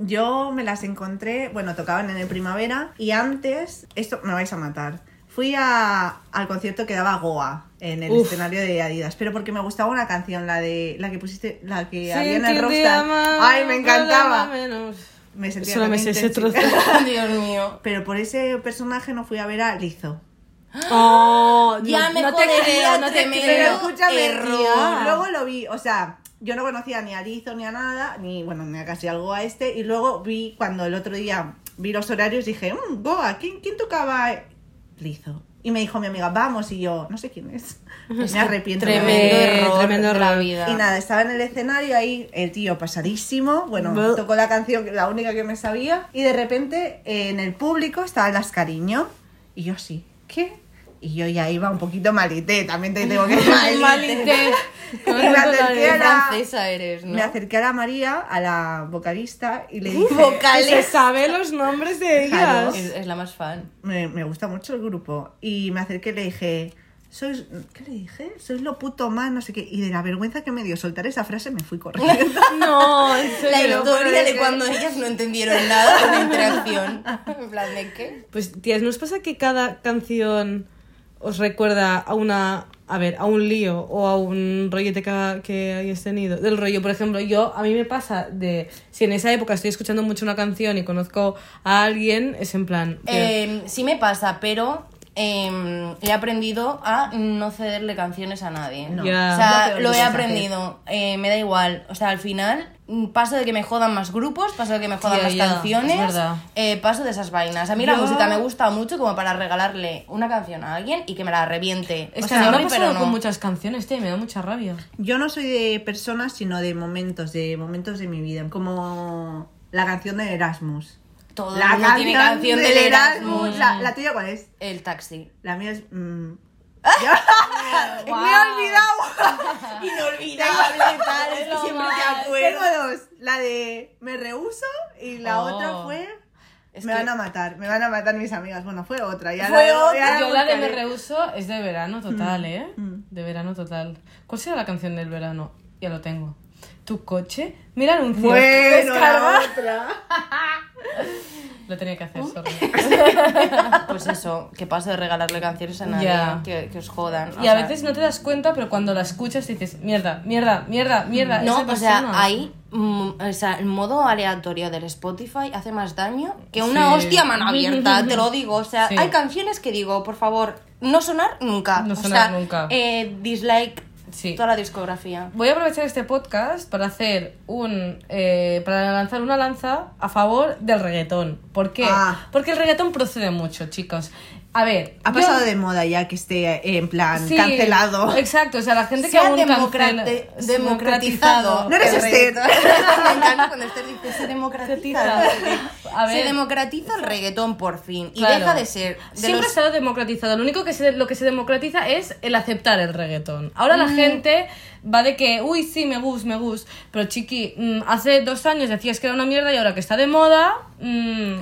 [SPEAKER 3] Yo me las encontré, bueno, tocaban en el primavera y antes, esto me vais a matar. Fui a- al concierto que daba Goa en el
[SPEAKER 2] Uf.
[SPEAKER 3] escenario de Adidas, pero porque me gustaba una canción, la de la que pusiste, la que
[SPEAKER 2] Sí,
[SPEAKER 3] había en
[SPEAKER 2] que
[SPEAKER 3] el
[SPEAKER 2] te
[SPEAKER 3] Rockstar.
[SPEAKER 2] amaba,
[SPEAKER 3] Ay, me
[SPEAKER 2] pero
[SPEAKER 3] encantaba.
[SPEAKER 2] menos.
[SPEAKER 3] Me sentía
[SPEAKER 2] Solo me sé
[SPEAKER 3] realmente
[SPEAKER 2] ese
[SPEAKER 3] chica.
[SPEAKER 2] trozo.
[SPEAKER 4] Dios mío.
[SPEAKER 3] Pero por ese personaje no fui a ver a Lizo.
[SPEAKER 2] Oh,
[SPEAKER 4] Ya
[SPEAKER 2] no,
[SPEAKER 4] me
[SPEAKER 2] no te
[SPEAKER 4] jodería
[SPEAKER 2] creo, no te
[SPEAKER 4] tremendo.
[SPEAKER 2] creo.
[SPEAKER 3] Pero escúchame,
[SPEAKER 4] error.
[SPEAKER 3] tía, luego lo vi, o sea, yo no conocía ni a Lizo ni a nada, ni bueno, ni a casi algo a este, y luego vi cuando el otro día vi los horarios, dije, mmm, Goa, ¿quién, ¿quién tocaba Lizo? Y me dijo mi amiga, vamos, y yo, no sé quién es. me arrepiento. me
[SPEAKER 4] Tremendo
[SPEAKER 3] arrepiento.
[SPEAKER 4] error
[SPEAKER 2] tremendo
[SPEAKER 4] de la
[SPEAKER 2] error.
[SPEAKER 4] vida.
[SPEAKER 3] Y nada, estaba en el escenario ahí, el tío pasadísimo, bueno,
[SPEAKER 2] Buh.
[SPEAKER 3] tocó la canción, que- la única que me sabía, y de repente eh, en el público estaba las cariño, y yo sí, ¿qué? Y yo ya iba un poquito malité, también te tengo que
[SPEAKER 2] Ay, Malite.
[SPEAKER 3] Y me acerqué
[SPEAKER 4] Qué
[SPEAKER 3] a la-
[SPEAKER 4] francesa eres, ¿no? Uh,
[SPEAKER 3] me acerqué a la María, a la vocalista, y le dije,
[SPEAKER 2] Que se sabe los nombres de ellas.
[SPEAKER 3] Claro.
[SPEAKER 4] Es, es la más fan.
[SPEAKER 3] me, me gusta mucho el grupo. Y me acerqué y le dije, sois, ¿qué le dije? Sois lo puto más, no sé qué. Y de la vergüenza que me dio soltar esa frase me fui corriendo.
[SPEAKER 2] No, Oh, en
[SPEAKER 4] La
[SPEAKER 2] serio.
[SPEAKER 4] historia de cuando ellas no entendieron nada de la interacción. En plan, ¿de qué?
[SPEAKER 2] Pues tías, ¿no os pasa que cada canción os recuerda a una, a ver, a un lío o a un rollete que, que hayáis tenido? Del rollo, por ejemplo, yo, a mí me pasa de, si en esa época estoy escuchando mucho una canción y conozco a alguien, es en plan... tío,
[SPEAKER 4] Eh, sí me pasa, pero eh, he aprendido a no cederle canciones a nadie.
[SPEAKER 3] No.
[SPEAKER 2] Ya.
[SPEAKER 3] No
[SPEAKER 4] O sea,
[SPEAKER 3] te
[SPEAKER 4] lo he
[SPEAKER 3] obligas a
[SPEAKER 4] aprendido. Eh, me da igual. O sea, al final mm, paso de que me jodan más grupos, paso de que me jodan
[SPEAKER 2] Ya,
[SPEAKER 4] más
[SPEAKER 2] ya,
[SPEAKER 4] canciones,
[SPEAKER 2] es verdad.
[SPEAKER 4] eh, paso de esas vainas. A mí la
[SPEAKER 2] Yo-
[SPEAKER 4] música me gusta mucho como para regalarle una canción a alguien y que me la reviente.
[SPEAKER 2] Es que
[SPEAKER 4] O sea,
[SPEAKER 2] a mí me
[SPEAKER 4] sorry,
[SPEAKER 2] ha
[SPEAKER 4] pero
[SPEAKER 2] pasado
[SPEAKER 4] no.
[SPEAKER 2] con muchas canciones, tío, y me da mucha rabia.
[SPEAKER 3] Yo no soy de personas, sino de momentos, de momentos de mi vida. Como la canción de Erasmus.
[SPEAKER 4] Todo el
[SPEAKER 3] la
[SPEAKER 4] mundo Oh, tiene canción del Erasmus.
[SPEAKER 3] La, ¿la tuya cuál es?
[SPEAKER 4] El taxi.
[SPEAKER 3] La mía es... mm, ya- Me he olvidado.
[SPEAKER 4] Inolvidable, tal.
[SPEAKER 2] es que siempre te
[SPEAKER 4] Pues
[SPEAKER 3] Tengo dos. La de me rehuso y la
[SPEAKER 2] Oh.
[SPEAKER 3] otra fue...
[SPEAKER 4] Es
[SPEAKER 3] me
[SPEAKER 4] que-
[SPEAKER 3] van a matar, me van a matar mis amigas. Bueno, fue otra. Ya la,
[SPEAKER 4] Fue
[SPEAKER 3] ya
[SPEAKER 4] otra.
[SPEAKER 3] la
[SPEAKER 2] Yo la de
[SPEAKER 3] buscaré.
[SPEAKER 2] Me Rehuso es de verano total, ¿eh? De verano total. ¿Cuál será la canción del verano? Ya lo tengo. Tu coche, mira el anuncio.
[SPEAKER 3] Bueno,
[SPEAKER 2] Descarga.
[SPEAKER 3] la otra.
[SPEAKER 2] Lo tenía que hacer, sorry.
[SPEAKER 4] Pues eso, que paso de regalarle canciones a nadie,
[SPEAKER 2] Ya.
[SPEAKER 4] que, que os jodan. o
[SPEAKER 2] Y a
[SPEAKER 4] sea,
[SPEAKER 2] veces no te das cuenta, pero cuando la escuchas dices, mierda, mierda, mierda, mierda.
[SPEAKER 4] No,
[SPEAKER 2] esa
[SPEAKER 4] o sea,
[SPEAKER 2] persona".
[SPEAKER 4] ahí, mm, o sea, el modo aleatorio del Spotify hace más daño que una
[SPEAKER 2] Sí.
[SPEAKER 4] hostia a mano abierta, te lo digo. O sea,
[SPEAKER 2] Sí.
[SPEAKER 4] hay canciones que digo, por favor, no sonar nunca.
[SPEAKER 2] No
[SPEAKER 4] o
[SPEAKER 2] sonar
[SPEAKER 4] sea,
[SPEAKER 2] nunca.
[SPEAKER 4] eh, dislike
[SPEAKER 2] Sí.
[SPEAKER 4] toda la discografía.
[SPEAKER 2] Voy a aprovechar este podcast para hacer un. eh, para lanzar una lanza a favor del reggaetón. ¿Por qué?
[SPEAKER 3] Ah.
[SPEAKER 2] Porque el reggaetón procede mucho, chicos. A ver.
[SPEAKER 3] Ha
[SPEAKER 2] yo-
[SPEAKER 3] pasado de moda ya que esté eh, en plan
[SPEAKER 2] Sí,
[SPEAKER 3] cancelado.
[SPEAKER 2] Exacto, o sea, la gente
[SPEAKER 4] Se
[SPEAKER 2] que
[SPEAKER 4] ha
[SPEAKER 2] aún cancela-
[SPEAKER 4] democrate- democratizado.
[SPEAKER 3] No eres
[SPEAKER 4] el
[SPEAKER 3] Esther.
[SPEAKER 4] reggaetón. Me encanta cuando Esther dice se democratiza.
[SPEAKER 2] A ver.
[SPEAKER 4] Se democratiza el reggaetón por fin. Y
[SPEAKER 2] Claro.
[SPEAKER 4] deja de ser. De
[SPEAKER 2] Siempre ha
[SPEAKER 4] los-
[SPEAKER 2] estado democratizado. Lo único que se, lo que se democratiza es el aceptar el reggaetón. Ahora
[SPEAKER 4] Mm.
[SPEAKER 2] la gente va de que, uy, sí, me gusta, me gusta. Pero chiqui, mm, hace dos años decías que era una mierda y ahora que está de moda. mm,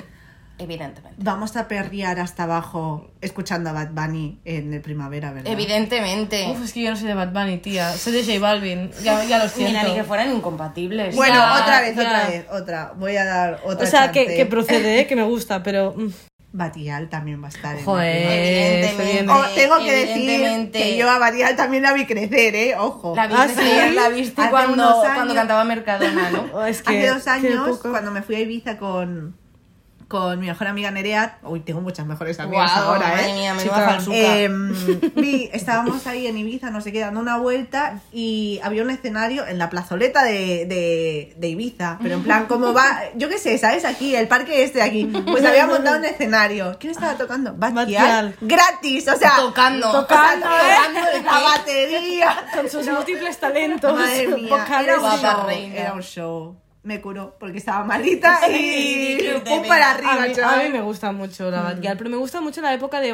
[SPEAKER 4] Evidentemente.
[SPEAKER 3] Vamos a perrear hasta abajo escuchando a Bad Bunny en el primavera, ¿verdad?
[SPEAKER 4] Evidentemente.
[SPEAKER 2] uf, es que yo no soy de Bad Bunny, tía. Soy de J Balvin. Ya, ya lo siento.
[SPEAKER 4] Mira, ni que fueran incompatibles.
[SPEAKER 3] Bueno,
[SPEAKER 2] Ya,
[SPEAKER 3] otra vez,
[SPEAKER 2] ya.
[SPEAKER 3] otra vez, otra. Voy a dar
[SPEAKER 2] o
[SPEAKER 3] otra
[SPEAKER 2] sea, que,
[SPEAKER 3] chance.
[SPEAKER 2] que procede, eh, que me gusta, pero. mm,
[SPEAKER 3] Batial también va a estar. en la
[SPEAKER 2] Joder.
[SPEAKER 3] final. Oh, tengo que decir que yo a Batial también la vi crecer, ¿eh? Ojo.
[SPEAKER 4] La viste,
[SPEAKER 3] Ah, sí.
[SPEAKER 4] crecer, la viste
[SPEAKER 3] Hace
[SPEAKER 4] cuando,
[SPEAKER 3] unos años-
[SPEAKER 4] cuando cantaba Mercadona, ¿no?
[SPEAKER 3] Oh, es que- Hace dos años, cuando me fui a Ibiza con, con mi mejor amiga Nerea, uy, tengo muchas mejores amigas
[SPEAKER 4] Guau,
[SPEAKER 3] ahora,
[SPEAKER 4] madre
[SPEAKER 3] ¿eh?
[SPEAKER 4] mía, menuda
[SPEAKER 3] Chica.
[SPEAKER 4] falsuca.
[SPEAKER 3] Em, vi- estábamos ahí en Ibiza, no sé qué, dando una vuelta y había un escenario en la plazoleta de, de- de Ibiza, pero en plan, ¿cómo va? Yo qué sé, ¿sabes? Aquí, el parque este de aquí, pues había montado un escenario. ¿Quién estaba tocando? Batial.
[SPEAKER 1] Batial.
[SPEAKER 3] Gratis, o sea,
[SPEAKER 4] Tocando.
[SPEAKER 3] tocando,
[SPEAKER 2] ¿eh?
[SPEAKER 4] O sea, tocando el
[SPEAKER 3] la
[SPEAKER 4] qué.
[SPEAKER 3] batería.
[SPEAKER 1] Con sus múltiples talentos.
[SPEAKER 3] Madre mía,
[SPEAKER 1] vocales.
[SPEAKER 3] era un,
[SPEAKER 4] Guapa
[SPEAKER 3] show,
[SPEAKER 4] reina.
[SPEAKER 3] era un show. Me curó porque estaba malita
[SPEAKER 4] Sí,
[SPEAKER 3] y
[SPEAKER 4] de
[SPEAKER 3] pum
[SPEAKER 4] verdad.
[SPEAKER 3] para
[SPEAKER 2] A
[SPEAKER 3] arriba,
[SPEAKER 2] mí,
[SPEAKER 3] chaval. Mm.
[SPEAKER 2] a mí me gusta mucho la Batgirl, pero me gusta mucho la época de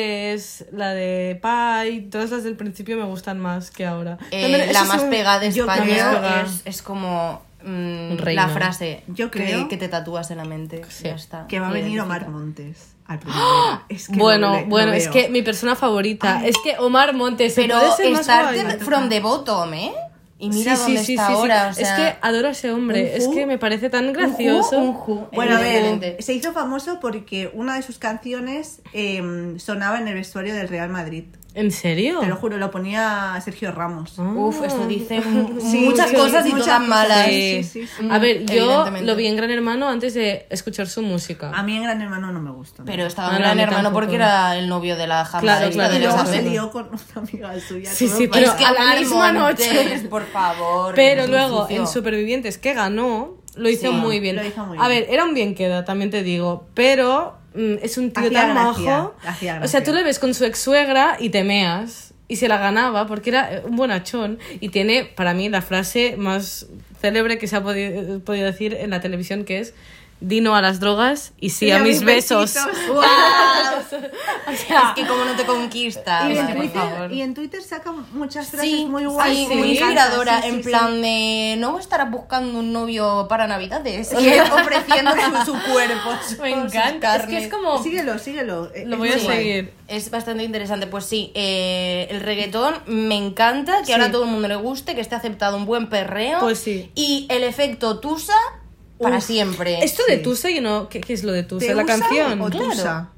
[SPEAKER 2] Bandulés, la de Pai, todas las del principio me gustan más que ahora.
[SPEAKER 4] Eh,
[SPEAKER 2] También eso
[SPEAKER 4] la
[SPEAKER 2] es
[SPEAKER 4] más
[SPEAKER 2] un-
[SPEAKER 4] pegada de
[SPEAKER 3] yo
[SPEAKER 2] creo-
[SPEAKER 4] España es, es como mm,
[SPEAKER 2] Reina.
[SPEAKER 4] la frase
[SPEAKER 3] Yo
[SPEAKER 4] que-
[SPEAKER 3] creo-
[SPEAKER 4] que, te tatúas en la mente. Ya está.
[SPEAKER 3] Que va a venir
[SPEAKER 4] Identifica.
[SPEAKER 3] Omar Montes al primavera. Es que lo
[SPEAKER 2] ¡Ah! bueno,
[SPEAKER 3] ve- lo
[SPEAKER 2] bueno, es
[SPEAKER 3] veo. Ah.
[SPEAKER 2] que mi persona favorita es que Omar Montes, ¿se
[SPEAKER 4] Pero
[SPEAKER 2] puede ser más
[SPEAKER 4] estar
[SPEAKER 2] guay?
[SPEAKER 4] de- from the bottom, ¿eh? Y mira dónde está ahora.
[SPEAKER 2] Es que adoro a ese hombre,
[SPEAKER 3] un
[SPEAKER 2] es
[SPEAKER 3] ju-
[SPEAKER 2] que me parece tan
[SPEAKER 4] un ju,
[SPEAKER 2] gracioso.
[SPEAKER 4] un ju,
[SPEAKER 3] Bueno, a ver,
[SPEAKER 4] evidentemente.
[SPEAKER 3] se hizo famoso porque una de sus canciones em, sonaba en el vestuario del Real Madrid.
[SPEAKER 2] ¿En serio?
[SPEAKER 4] Oh.
[SPEAKER 3] Te lo Mm. juro, lo ponía Sergio Ramos.
[SPEAKER 4] Uf,
[SPEAKER 2] mm,
[SPEAKER 4] esto dice mu-
[SPEAKER 3] Sí,
[SPEAKER 4] muchas
[SPEAKER 3] sí,
[SPEAKER 4] cosas y
[SPEAKER 3] muchas
[SPEAKER 4] todas
[SPEAKER 3] cosas,
[SPEAKER 4] malas. Mm,
[SPEAKER 3] sí, sí, sí.
[SPEAKER 2] A ver, yo
[SPEAKER 4] Evidentemente.
[SPEAKER 2] lo vi en Gran Hermano antes de escuchar su música.
[SPEAKER 3] A mí en Gran Hermano no me gusta.
[SPEAKER 4] Pero estaba
[SPEAKER 2] Ah, no,
[SPEAKER 4] en
[SPEAKER 2] a
[SPEAKER 4] gran
[SPEAKER 2] mí
[SPEAKER 4] hermano
[SPEAKER 2] tampoco.
[SPEAKER 4] porque era el novio de la jamaica
[SPEAKER 2] claro,
[SPEAKER 4] de
[SPEAKER 3] Y
[SPEAKER 4] los
[SPEAKER 3] luego se
[SPEAKER 2] Elizabeth.
[SPEAKER 3] lió con una amiga suya.
[SPEAKER 2] Sí,
[SPEAKER 3] todo
[SPEAKER 2] sí,
[SPEAKER 3] para-
[SPEAKER 2] pero
[SPEAKER 4] Pero es que
[SPEAKER 2] a la
[SPEAKER 4] Omar
[SPEAKER 2] misma
[SPEAKER 4] Montes,
[SPEAKER 2] noche.
[SPEAKER 4] por favor.
[SPEAKER 2] Pero
[SPEAKER 4] es
[SPEAKER 2] luego
[SPEAKER 4] sucio.
[SPEAKER 2] en Supervivientes, que ganó, lo hizo
[SPEAKER 4] Sí,
[SPEAKER 2] muy bien.
[SPEAKER 3] lo hizo muy
[SPEAKER 2] A
[SPEAKER 3] bien.
[SPEAKER 2] ver, era un bien queda, también te digo. Pero mm, es un tío
[SPEAKER 3] Hacía
[SPEAKER 2] tan
[SPEAKER 3] gracia,
[SPEAKER 2] majo.
[SPEAKER 3] hacía
[SPEAKER 2] O sea, tú
[SPEAKER 3] gracia.
[SPEAKER 2] le ves con su ex suegra y te meas. Y se la ganaba porque era eh, un bonachón. Y tiene, para mí, la frase más célebre que se ha podi- eh, podido decir en la televisión, que es. Dino a las drogas y sí
[SPEAKER 3] Y
[SPEAKER 2] a mis besos.
[SPEAKER 4] Es que como no te conquista.
[SPEAKER 3] Y,
[SPEAKER 4] vale,
[SPEAKER 3] en
[SPEAKER 4] por favor.
[SPEAKER 3] Twitter, y en Twitter saca muchas frases
[SPEAKER 4] Sí,
[SPEAKER 3] muy guays.
[SPEAKER 4] sí,
[SPEAKER 3] me
[SPEAKER 4] muy
[SPEAKER 3] encanta,
[SPEAKER 4] inspiradora,
[SPEAKER 3] sí, sí,
[SPEAKER 4] en
[SPEAKER 3] sí.
[SPEAKER 4] plan de no estarás buscando un novio para navidades y él ofreciendo su, su cuerpo. su-
[SPEAKER 2] Me
[SPEAKER 4] sus
[SPEAKER 2] encanta. Es que
[SPEAKER 4] carnes.
[SPEAKER 2] es como.
[SPEAKER 3] Síguelo, síguelo. eh,
[SPEAKER 2] Lo
[SPEAKER 3] es
[SPEAKER 2] voy a
[SPEAKER 3] muy
[SPEAKER 4] Sí.
[SPEAKER 3] guay.
[SPEAKER 2] seguir.
[SPEAKER 4] Es bastante interesante. Pues sí, eh, el reggaetón me encanta, que ahora a todo el mundo le guste, que esté aceptado un buen perreo.
[SPEAKER 2] Pues sí.
[SPEAKER 4] Y el efecto Tusa para siempre.
[SPEAKER 2] Esto de Tusa, yo no. ¿Qué, qué es lo de Tusa?
[SPEAKER 3] ¿Te
[SPEAKER 2] La
[SPEAKER 3] usa
[SPEAKER 2] canción.
[SPEAKER 3] o
[SPEAKER 4] Claro.
[SPEAKER 3] tusa?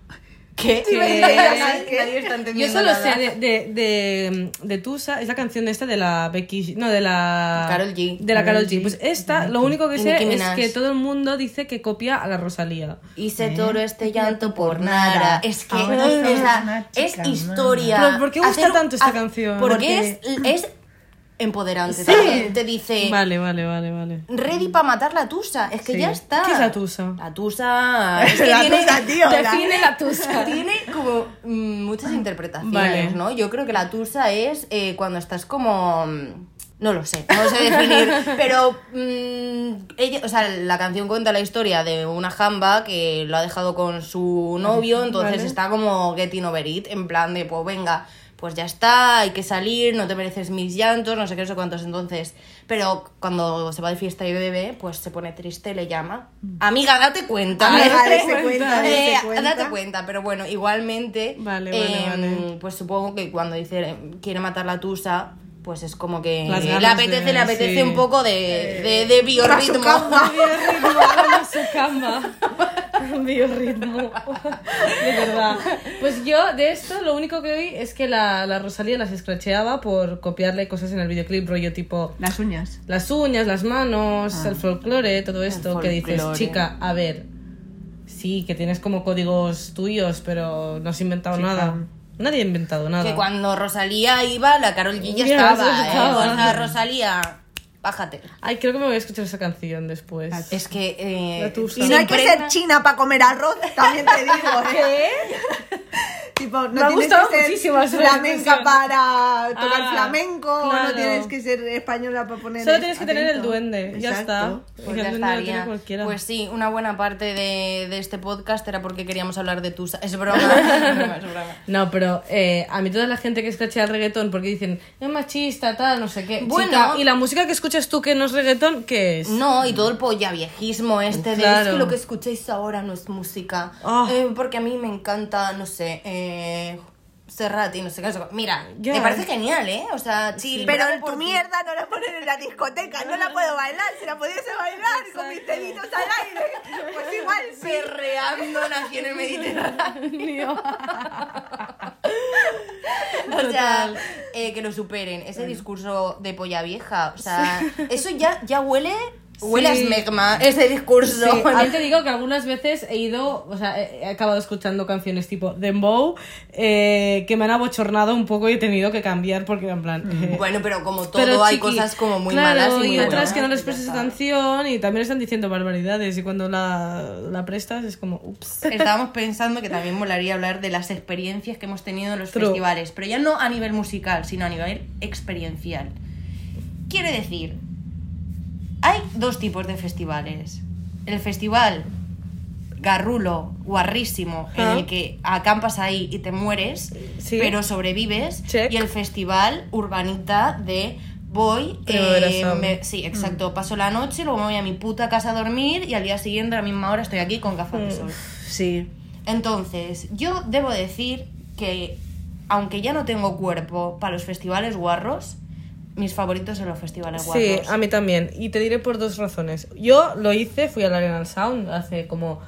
[SPEAKER 4] ¿Qué?
[SPEAKER 2] Sí,
[SPEAKER 4] Nadie-
[SPEAKER 2] ¿verdad?
[SPEAKER 4] nadie está entendiendo
[SPEAKER 2] Yo solo
[SPEAKER 4] nada.
[SPEAKER 2] sé de, de, de, mm, de Tusa, es la canción esta de la Becky, no, de la...
[SPEAKER 4] Karol G.
[SPEAKER 2] De la Carol G. Pues esta, lo único que
[SPEAKER 4] Y
[SPEAKER 2] sé
[SPEAKER 4] Nicki
[SPEAKER 2] es
[SPEAKER 4] Minaj.
[SPEAKER 2] que todo el mundo dice que copia a la Rosalía.
[SPEAKER 4] Hice todo este llanto por nada. Es que
[SPEAKER 3] Ahora
[SPEAKER 4] o
[SPEAKER 3] somos
[SPEAKER 4] sea,
[SPEAKER 3] una chica
[SPEAKER 4] es
[SPEAKER 3] mala.
[SPEAKER 4] historia.
[SPEAKER 2] Pero, ¿por qué gusta tanto esta
[SPEAKER 4] ha-
[SPEAKER 2] canción?
[SPEAKER 4] Porque, es, es empoderante. también. Te dice,
[SPEAKER 2] Vale, vale, vale, vale.
[SPEAKER 4] ready para matar la tusa. Es que ya está.
[SPEAKER 2] ¿Qué es la tusa?
[SPEAKER 4] La tusa. Es que
[SPEAKER 3] La
[SPEAKER 4] tiene,
[SPEAKER 3] tusa, tío, la-
[SPEAKER 4] define la tusa. Tiene como mm, muchas interpretaciones,
[SPEAKER 2] Vale.
[SPEAKER 4] ¿no? Yo creo que la tusa es eh, cuando estás como. mm, No lo sé, no lo sé definir, pero mm, ella, o sea, la canción cuenta la historia de una jamba que lo ha dejado con su novio, entonces
[SPEAKER 2] Vale.
[SPEAKER 4] está como getting over it, en plan de, pues venga, pues ya está, hay que salir, no te mereces mis llantos, no sé qué, no sé cuántos, entonces, pero cuando se va de fiesta y bebe, pues se pone triste, le llama,
[SPEAKER 2] Mm.
[SPEAKER 4] amiga, date
[SPEAKER 2] Ah,
[SPEAKER 4] cuenta,
[SPEAKER 3] Amiga,
[SPEAKER 4] Date
[SPEAKER 3] dese
[SPEAKER 4] cuenta.
[SPEAKER 3] cuenta, dese
[SPEAKER 4] Eh,
[SPEAKER 3] cuenta.
[SPEAKER 4] date cuenta, pero bueno, igualmente,
[SPEAKER 2] Vale, vale, vale.
[SPEAKER 4] pues supongo que cuando dice eh, quiere matar la tusa, pues es como que
[SPEAKER 2] Las
[SPEAKER 4] le
[SPEAKER 2] ganas
[SPEAKER 4] apetece,
[SPEAKER 2] de-
[SPEAKER 4] le apetece
[SPEAKER 2] sí.
[SPEAKER 4] un poco de, de,
[SPEAKER 3] Eh,
[SPEAKER 4] de biorritmo.
[SPEAKER 2] Biorritmo, su cama. Biorritmo. De verdad. Pues yo de esto lo único que oí es que la, la Rosalía las escracheaba por copiarle cosas en el videoclip, rollo tipo
[SPEAKER 3] Las uñas.
[SPEAKER 2] las uñas, las manos, el folclore, todo esto que dices,
[SPEAKER 4] folclore.
[SPEAKER 2] chica, a ver, sí, que tienes como códigos tuyos, pero no has inventado nada. Nadie ha inventado nada.
[SPEAKER 4] Que cuando Rosalía iba, la Carol G ya
[SPEAKER 2] Ya,
[SPEAKER 4] estaba.
[SPEAKER 2] eso
[SPEAKER 4] ¿eh?
[SPEAKER 2] estaba.
[SPEAKER 4] O sea, Rosalía, bájate.
[SPEAKER 2] Ay, creo que me voy a escuchar esa canción después.
[SPEAKER 4] Es que. eh,
[SPEAKER 2] La tusa.
[SPEAKER 4] se
[SPEAKER 3] Y no hay que
[SPEAKER 4] impregna-
[SPEAKER 3] ser china para comer arroz, también te digo, ¿eh?
[SPEAKER 2] ¿Qué?
[SPEAKER 3] Tipo, no
[SPEAKER 2] Me ha
[SPEAKER 3] tienes
[SPEAKER 2] gustado
[SPEAKER 3] que ser
[SPEAKER 2] muchísimo esa
[SPEAKER 3] flamenca
[SPEAKER 2] expresión.
[SPEAKER 3] para tocar
[SPEAKER 2] Ah,
[SPEAKER 3] flamenco,
[SPEAKER 2] claro.
[SPEAKER 3] no tienes que ser española para poner
[SPEAKER 2] Solo tienes que tener el
[SPEAKER 3] acento.
[SPEAKER 2] duende, ya
[SPEAKER 3] Exacto.
[SPEAKER 2] está.
[SPEAKER 4] Pues
[SPEAKER 2] Y el duende
[SPEAKER 4] ya
[SPEAKER 2] lo tiene
[SPEAKER 4] estaría.
[SPEAKER 2] cualquiera.
[SPEAKER 4] Pues sí, una buena parte de, de este podcast era porque queríamos hablar de tusa. Es broma, es broma, es broma.
[SPEAKER 2] No, pero eh, a mí toda la gente que escrachea el reggaetón porque dicen es machista, tal, no sé qué.
[SPEAKER 4] Bueno.
[SPEAKER 2] Chica, y la música que escuchas tú que no es reggaetón, ¿qué es?
[SPEAKER 4] No, y todo el pollaviejísmo este de es
[SPEAKER 2] Claro.
[SPEAKER 4] que lo que escucháis ahora no es música.
[SPEAKER 2] Ah.
[SPEAKER 4] Eh, porque a mí me encanta, no sé, eh, Serrat y no sé qué. no sé qué. Mira,
[SPEAKER 2] Ya.
[SPEAKER 4] me parece genial, ¿eh? O sea, chill.
[SPEAKER 5] Pero
[SPEAKER 4] bravo
[SPEAKER 5] en
[SPEAKER 4] por
[SPEAKER 5] tu
[SPEAKER 4] ti.
[SPEAKER 5] mierda no la ponen en la discoteca, no la puedo bailar, si la pudiese bailar con mis deditos al aire, pues igual sí.
[SPEAKER 4] Perreando nació en el Mediterráneo. O sea,
[SPEAKER 2] Total.
[SPEAKER 4] eh, que lo superen. Ese discurso de polla vieja. O sea, eso ya, ya huele. Huele
[SPEAKER 2] Sí.
[SPEAKER 4] a smegma, ese discurso.
[SPEAKER 2] Sí, también te digo que algunas veces he ido, o sea, he he acabado escuchando canciones tipo Dembow eh, que me han abochornado un poco y he tenido que cambiar porque en plan... eh,
[SPEAKER 4] Mm. Bueno, pero como todo,
[SPEAKER 2] pero,
[SPEAKER 4] hay
[SPEAKER 2] chiqui,
[SPEAKER 4] cosas como muy
[SPEAKER 2] claro,
[SPEAKER 4] malas y muy
[SPEAKER 2] y
[SPEAKER 4] buenas.
[SPEAKER 2] otras que no les
[SPEAKER 4] Ya
[SPEAKER 2] prestas
[SPEAKER 4] está.
[SPEAKER 2] atención y también están diciendo barbaridades y cuando la, la prestas es como, ups.
[SPEAKER 4] Estábamos pensando que también molaría hablar de las experiencias que hemos tenido en los
[SPEAKER 2] True.
[SPEAKER 4] festivales, pero ya no a nivel musical, sino a nivel experiencial. Quiere decir, hay dos tipos de festivales. El festival garrulo, guarrísimo,
[SPEAKER 2] Ajá.
[SPEAKER 4] en el que acampas ahí y te mueres,
[SPEAKER 2] Sí.
[SPEAKER 4] pero sobrevives.
[SPEAKER 2] Check.
[SPEAKER 4] Y el festival urbanita de voy,
[SPEAKER 2] Primavera
[SPEAKER 4] eh,
[SPEAKER 2] Sound. Mm.
[SPEAKER 4] me- sí, exacto, paso la noche, luego me voy a mi puta casa a dormir y al día siguiente a la misma hora estoy aquí con gafas
[SPEAKER 2] Mm.
[SPEAKER 4] de sol.
[SPEAKER 2] Sí.
[SPEAKER 4] Entonces, yo debo decir que, aunque ya no tengo cuerpo para los festivales guarros, mis favoritos son los festivales guarros.
[SPEAKER 2] Sí, a mí también. Y te diré por dos razones. Yo lo hice, fui al Arenal Sound hace como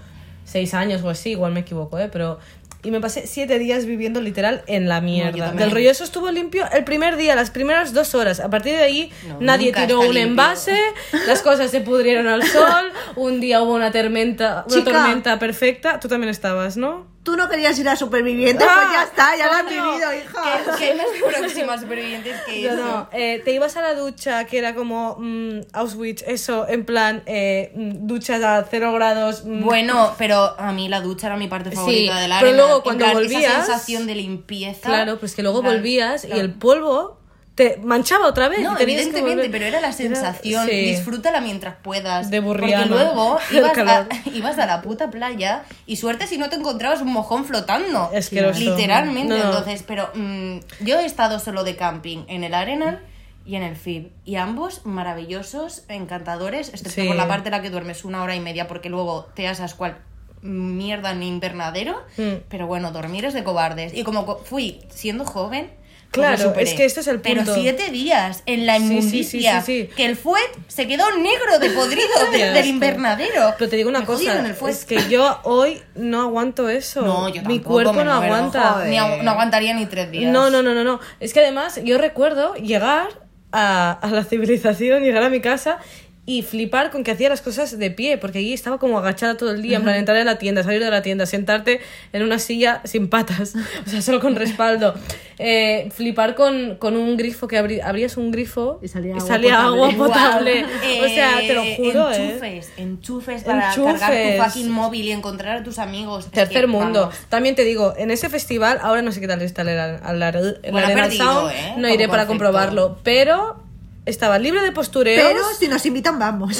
[SPEAKER 2] seis años o así, igual me equivoco, ¿eh? Pero... Y me pasé siete días viviendo literal en la mierda.
[SPEAKER 4] también.
[SPEAKER 2] Del rollo, eso estuvo limpio el primer día, las primeras dos horas. A partir de ahí,
[SPEAKER 4] No,
[SPEAKER 2] nadie
[SPEAKER 4] nunca
[SPEAKER 2] tiró un
[SPEAKER 4] está limpio.
[SPEAKER 2] envase, las cosas se pudrieron al sol, un día hubo una tormenta, una
[SPEAKER 5] Chica.
[SPEAKER 2] tormenta perfecta. Tú también estabas, ¿no?
[SPEAKER 5] Tú no querías ir a supervivientes,
[SPEAKER 2] Ah,
[SPEAKER 5] pues ya está, ya lo has
[SPEAKER 2] Coño.
[SPEAKER 5] vivido, hija.
[SPEAKER 4] Que, que hay más próximas supervivientes que
[SPEAKER 2] Yo
[SPEAKER 4] eso.
[SPEAKER 2] no. Eh, te ibas a la ducha, que era como mm, Auschwitz, eso, en plan, eh, mm, duchas a cero grados. mm,
[SPEAKER 4] Bueno, pero a mí la ducha era mi parte favorita del área.
[SPEAKER 2] pero luego cuando volvías-
[SPEAKER 4] Esa sensación de limpieza.
[SPEAKER 2] Claro, pues que luego
[SPEAKER 4] Claro,
[SPEAKER 2] volvías y
[SPEAKER 4] claro.
[SPEAKER 2] el polvo te manchaba otra vez.
[SPEAKER 4] No,
[SPEAKER 2] y tenías que
[SPEAKER 4] evidentemente,
[SPEAKER 2] volver.
[SPEAKER 4] pero era la sensación.
[SPEAKER 2] sí.
[SPEAKER 4] Disfrútala mientras puedas.
[SPEAKER 2] De
[SPEAKER 4] Porque
[SPEAKER 2] Burriana.
[SPEAKER 4] luego
[SPEAKER 2] El
[SPEAKER 4] ibas a,
[SPEAKER 2] calor.
[SPEAKER 4] ibas a la puta playa y suerte si no te encontrabas un mojón flotando.
[SPEAKER 2] Asqueroso.
[SPEAKER 4] Literalmente.
[SPEAKER 2] No, no.
[SPEAKER 4] Entonces, pero mm, yo he estado solo de camping en el Arenal y en el FIB. Y ambos maravillosos, encantadores, excepto
[SPEAKER 2] Sí.
[SPEAKER 4] por la parte en la que duermes una hora y media porque luego te asas cual mierda en invernadero.
[SPEAKER 2] Mm.
[SPEAKER 4] Pero bueno, dormir es de cobardes. Y como co- fui siendo joven. pues
[SPEAKER 2] Claro,
[SPEAKER 4] lo superé.
[SPEAKER 2] es que este es el
[SPEAKER 4] Pero
[SPEAKER 2] punto.
[SPEAKER 4] siete siete días en la
[SPEAKER 2] Sí, sí,
[SPEAKER 4] inmundicia.
[SPEAKER 2] sí, sí, sí.
[SPEAKER 4] Que el fuet se quedó negro de podrido de-
[SPEAKER 2] Qué
[SPEAKER 4] del
[SPEAKER 2] asco.
[SPEAKER 4] invernadero.
[SPEAKER 2] Pero te digo una
[SPEAKER 4] Me jodieron
[SPEAKER 2] cosa,
[SPEAKER 4] el fuet.
[SPEAKER 2] es que yo hoy no aguanto eso.
[SPEAKER 4] No, yo
[SPEAKER 2] Mi
[SPEAKER 4] tampoco,
[SPEAKER 2] cuerpo
[SPEAKER 4] me
[SPEAKER 2] no
[SPEAKER 4] muero,
[SPEAKER 2] aguanta.
[SPEAKER 4] joder. Ni agu- no aguantaría ni tres días.
[SPEAKER 2] No, no, no, no, no. Es que además yo recuerdo llegar a, a la civilización, llegar a mi casa y flipar con que hacía las cosas de pie, porque allí estaba como agachada todo el día, en plan entrar en la tienda, salir de la tienda, sentarte en una silla sin patas, o sea, solo con respaldo. Eh, flipar con, con un grifo que abri- abrías un grifo
[SPEAKER 5] Y salía agua
[SPEAKER 2] agua
[SPEAKER 5] potable.
[SPEAKER 2] potable.
[SPEAKER 4] Guau.
[SPEAKER 2] O sea, te lo
[SPEAKER 4] Eh,
[SPEAKER 2] juro, eh.
[SPEAKER 4] Enchufes, enchufes para cargar
[SPEAKER 2] Enchufes.
[SPEAKER 4] tu fucking móvil y encontrar a tus amigos. Es
[SPEAKER 2] Tercer
[SPEAKER 4] que,
[SPEAKER 2] mundo.
[SPEAKER 4] vamos.
[SPEAKER 2] También te digo, en ese festival, ahora no sé qué tal está el, Arenal- el, Arenal- el
[SPEAKER 4] Bueno, ha
[SPEAKER 2] Arenal
[SPEAKER 4] perdido,
[SPEAKER 2] Sound,
[SPEAKER 4] ¿eh?
[SPEAKER 2] no
[SPEAKER 4] Como
[SPEAKER 2] iré para
[SPEAKER 4] concepto.
[SPEAKER 2] comprobarlo, pero estaba libre de postureos.
[SPEAKER 5] Pero si nos invitan, vamos.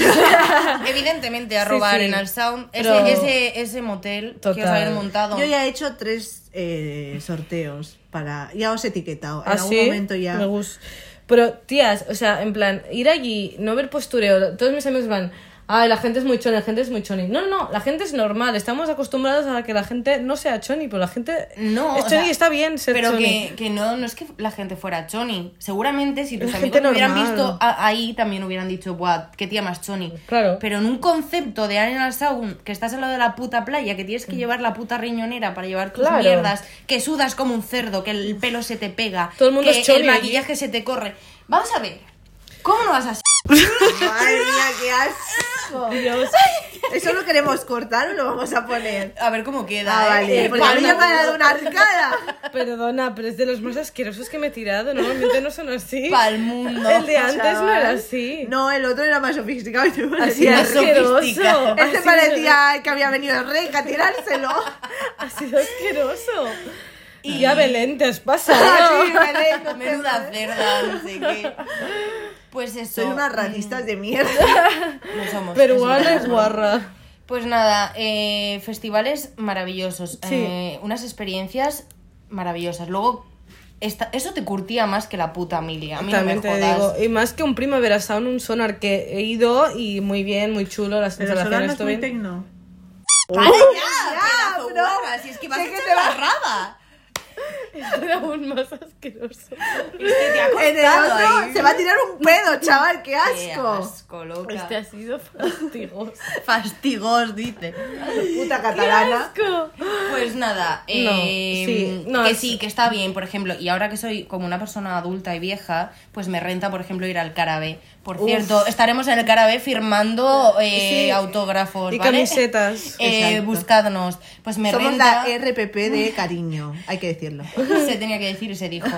[SPEAKER 4] Evidentemente, a robar
[SPEAKER 2] sí.
[SPEAKER 4] en el sound. Ese,
[SPEAKER 2] Pero-
[SPEAKER 4] ese, ese motel que os
[SPEAKER 2] Total.
[SPEAKER 4] habéis montado.
[SPEAKER 5] Yo ya he hecho tres eh, sorteos para. Ya os he etiquetado. En
[SPEAKER 2] ¿Ah,
[SPEAKER 5] algún
[SPEAKER 2] sí?
[SPEAKER 5] momento ya.
[SPEAKER 2] Me gusta. Pero, tías, o sea, en plan, ir allí, no ver postureo, todos mis amigos van, ay, la gente es muy choni, la gente es muy choni. No, no, no, la gente es normal, estamos acostumbrados a que la gente no sea choni, pero la gente
[SPEAKER 4] No,
[SPEAKER 2] es
[SPEAKER 4] o
[SPEAKER 2] choni
[SPEAKER 4] sea,
[SPEAKER 2] y está bien ser
[SPEAKER 4] Pero
[SPEAKER 2] choni.
[SPEAKER 4] que, que no, no es que la gente fuera choni. Seguramente si tus
[SPEAKER 2] Es
[SPEAKER 4] amigos
[SPEAKER 2] gente
[SPEAKER 4] te hubieran
[SPEAKER 2] normal.
[SPEAKER 4] visto a- ahí también hubieran dicho, buah, qué tía más choni.
[SPEAKER 2] Claro.
[SPEAKER 4] Pero en un concepto de Animal Sound, que estás al lado de la puta playa, que tienes que llevar la puta riñonera para llevar tus
[SPEAKER 2] Mm. Claro.
[SPEAKER 4] mierdas, que sudas como un cerdo, que el pelo se te pega,
[SPEAKER 2] Todo el mundo
[SPEAKER 4] que
[SPEAKER 2] es choni
[SPEAKER 4] el maquillaje se te corre. Vamos a ver, ¿cómo no vas a ser?
[SPEAKER 5] Madre mía, qué asco.
[SPEAKER 2] Dios.
[SPEAKER 5] Eso lo queremos cortar o lo vamos a poner.
[SPEAKER 4] A ver cómo queda.
[SPEAKER 5] Ah,
[SPEAKER 4] ¿eh?
[SPEAKER 5] vale.
[SPEAKER 4] El
[SPEAKER 5] Porque a mí ya me
[SPEAKER 4] palo.
[SPEAKER 5] ha dado una arcada.
[SPEAKER 2] Perdona, pero es de los más asquerosos que me he tirado. Normalmente no son así.
[SPEAKER 4] Pa'l mundo.
[SPEAKER 2] El de antes no era
[SPEAKER 5] Chaval.
[SPEAKER 2] así.
[SPEAKER 5] No, el otro era más sofisticado. Este
[SPEAKER 2] así
[SPEAKER 5] parecía,
[SPEAKER 2] era
[SPEAKER 4] así era
[SPEAKER 2] asqueroso.
[SPEAKER 4] sofisticado.
[SPEAKER 2] Así
[SPEAKER 5] este
[SPEAKER 2] era-
[SPEAKER 5] parecía que había venido el rey a tirárselo.
[SPEAKER 2] Ha sido asqueroso. Y ya Belén te has pasado.
[SPEAKER 5] Así, Belén, no te-
[SPEAKER 4] Menuda cerda, no sé qué. Pues eso.
[SPEAKER 5] Soy unas racistas de mierda.
[SPEAKER 4] No somos. es
[SPEAKER 2] Peruana
[SPEAKER 4] verdad.
[SPEAKER 2] es guarra.
[SPEAKER 4] Pues nada, eh, festivales maravillosos.
[SPEAKER 2] Sí.
[SPEAKER 4] eh, unas experiencias maravillosas. Luego, esta- eso te curtía más que la puta Emilia. A mí
[SPEAKER 2] También
[SPEAKER 4] no me
[SPEAKER 2] te
[SPEAKER 4] jodas.
[SPEAKER 2] digo. eh, Y más que un primavera sound, un sonar que he ido y muy bien, muy chulo. Las
[SPEAKER 5] Pero Solana
[SPEAKER 2] instalaciones
[SPEAKER 5] es muy
[SPEAKER 2] estuvieron.
[SPEAKER 5] tecno.
[SPEAKER 4] ¡Para ya!
[SPEAKER 5] ya,
[SPEAKER 4] pedazo
[SPEAKER 5] bro!
[SPEAKER 4] guarra, si es que vas
[SPEAKER 5] Ah, Sé
[SPEAKER 4] a
[SPEAKER 5] que
[SPEAKER 4] echar
[SPEAKER 5] te
[SPEAKER 4] la
[SPEAKER 5] vas-
[SPEAKER 4] raba.
[SPEAKER 2] Esto era aún más asqueroso.
[SPEAKER 5] En el otro se va a tirar un pedo, chaval, qué asco.
[SPEAKER 4] Qué asco, loca.
[SPEAKER 2] Este ha sido fastigoso.
[SPEAKER 4] Fastigos, dice.
[SPEAKER 5] Puta catalana.
[SPEAKER 2] ¡Asco!
[SPEAKER 4] Pues nada, eh,
[SPEAKER 2] sí, no,
[SPEAKER 4] que
[SPEAKER 2] es-
[SPEAKER 4] sí, que está bien, por ejemplo. Y ahora que soy como una persona adulta y vieja, pues me renta, por ejemplo, ir al Carabé. Por cierto, estaremos en el Carabé firmando eh,
[SPEAKER 1] Sí,
[SPEAKER 4] autógrafos,
[SPEAKER 1] y
[SPEAKER 4] ¿vale?
[SPEAKER 1] camisetas.
[SPEAKER 4] Eh,
[SPEAKER 3] Exacto.
[SPEAKER 4] buscadnos. Pues me
[SPEAKER 3] Somos
[SPEAKER 4] renta.
[SPEAKER 3] la RPP de cariño, hay que decirlo.
[SPEAKER 4] se tenía que decir y se dijo.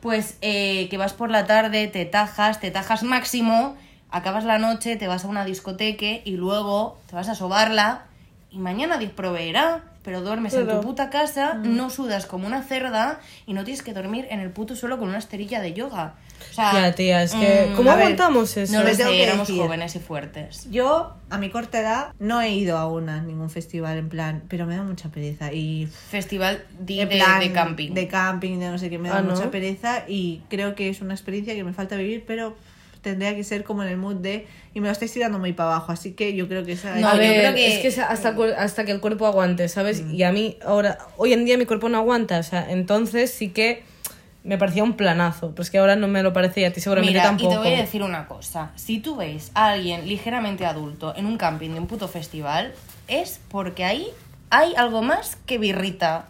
[SPEAKER 4] Pues eh, que vas por la tarde, te tajas, te tajas máximo, acabas la noche, te vas a una discoteque y luego te vas a sobarla y mañana Dios proveerá. Pero duermes en
[SPEAKER 1] Claro.
[SPEAKER 4] tu puta casa, no sudas como una cerda y no tienes que dormir en el puto suelo con una esterilla de yoga. O sea,
[SPEAKER 1] Ya, tía, es que.
[SPEAKER 4] mm,
[SPEAKER 1] ¿Cómo
[SPEAKER 3] a ver,
[SPEAKER 1] aguantamos eso?
[SPEAKER 4] no lo
[SPEAKER 3] les tengo
[SPEAKER 4] sé,
[SPEAKER 3] que
[SPEAKER 4] éramos
[SPEAKER 3] decir.
[SPEAKER 4] jóvenes y fuertes.
[SPEAKER 3] Yo, a mi corta edad, no he ido aún a ningún festival en plan, pero me da mucha pereza. Y
[SPEAKER 4] Festival di-
[SPEAKER 3] en
[SPEAKER 4] de,
[SPEAKER 3] plan,
[SPEAKER 4] de camping.
[SPEAKER 3] De camping, de no sé qué, me da
[SPEAKER 1] Ah, ¿no?
[SPEAKER 3] mucha pereza y creo que es una experiencia que me falta vivir, pero tendría que ser como en el mood de y me lo estáis tirando muy para abajo, así que yo creo que esa
[SPEAKER 4] No,
[SPEAKER 2] a
[SPEAKER 4] yo
[SPEAKER 2] ver,
[SPEAKER 4] creo que- Mm.
[SPEAKER 2] es que es hasta, cu- hasta que el cuerpo aguante, ¿sabes? Y a mí, ahora, hoy en día mi cuerpo no aguanta, o sea, entonces sí que me parecía un planazo, pero es que ahora no me lo parece y a ti seguramente
[SPEAKER 4] Mira,
[SPEAKER 2] tampoco.
[SPEAKER 4] y te voy a decir una cosa. Si tú ves a alguien ligeramente adulto en un camping de un puto festival, es porque ahí hay algo más que birrita.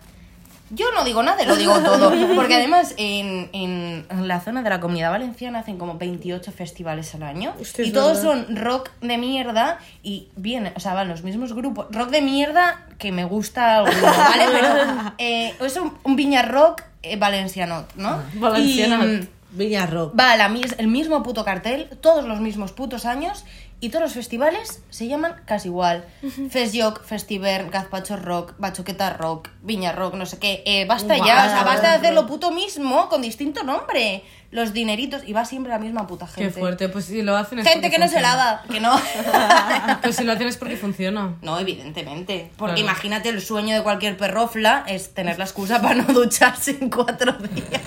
[SPEAKER 4] Yo no digo nada, lo digo todo. Porque además en, en la zona de la comunidad valenciana hacen como 28 festivales al año.
[SPEAKER 1] Hostia,
[SPEAKER 4] y
[SPEAKER 1] es
[SPEAKER 4] todos
[SPEAKER 1] verdad.
[SPEAKER 4] son rock de mierda y vienen, o sea, van los mismos grupos. Rock de mierda que me gusta alguno, ¿vale? Pero eh, es un, un viña rock eh, valencianot, ¿no?
[SPEAKER 2] Valencianot.
[SPEAKER 4] Y, mm,
[SPEAKER 3] Viña Rock.
[SPEAKER 4] Va a la mis- el mismo puto cartel, todos los mismos putos años y todos los festivales se llaman casi igual. Fesjoc, Festiver, Gazpacho Rock, Bachoqueta Rock, Viña Rock, no sé qué. Eh, basta ya, o sea, basta de hacer lo puto mismo con distinto nombre. Los dineritos y va siempre la misma puta
[SPEAKER 2] Qué
[SPEAKER 4] gente.
[SPEAKER 2] fuerte, pues si lo hacen es
[SPEAKER 4] Gente
[SPEAKER 2] porque
[SPEAKER 4] que no se
[SPEAKER 2] funciona.
[SPEAKER 4] lava, que no.
[SPEAKER 2] Pues si lo hacen es porque funciona.
[SPEAKER 4] No, evidentemente. Porque
[SPEAKER 2] Claro.
[SPEAKER 4] imagínate el sueño de cualquier perrofla es tener la excusa para no ducharse en cuatro días.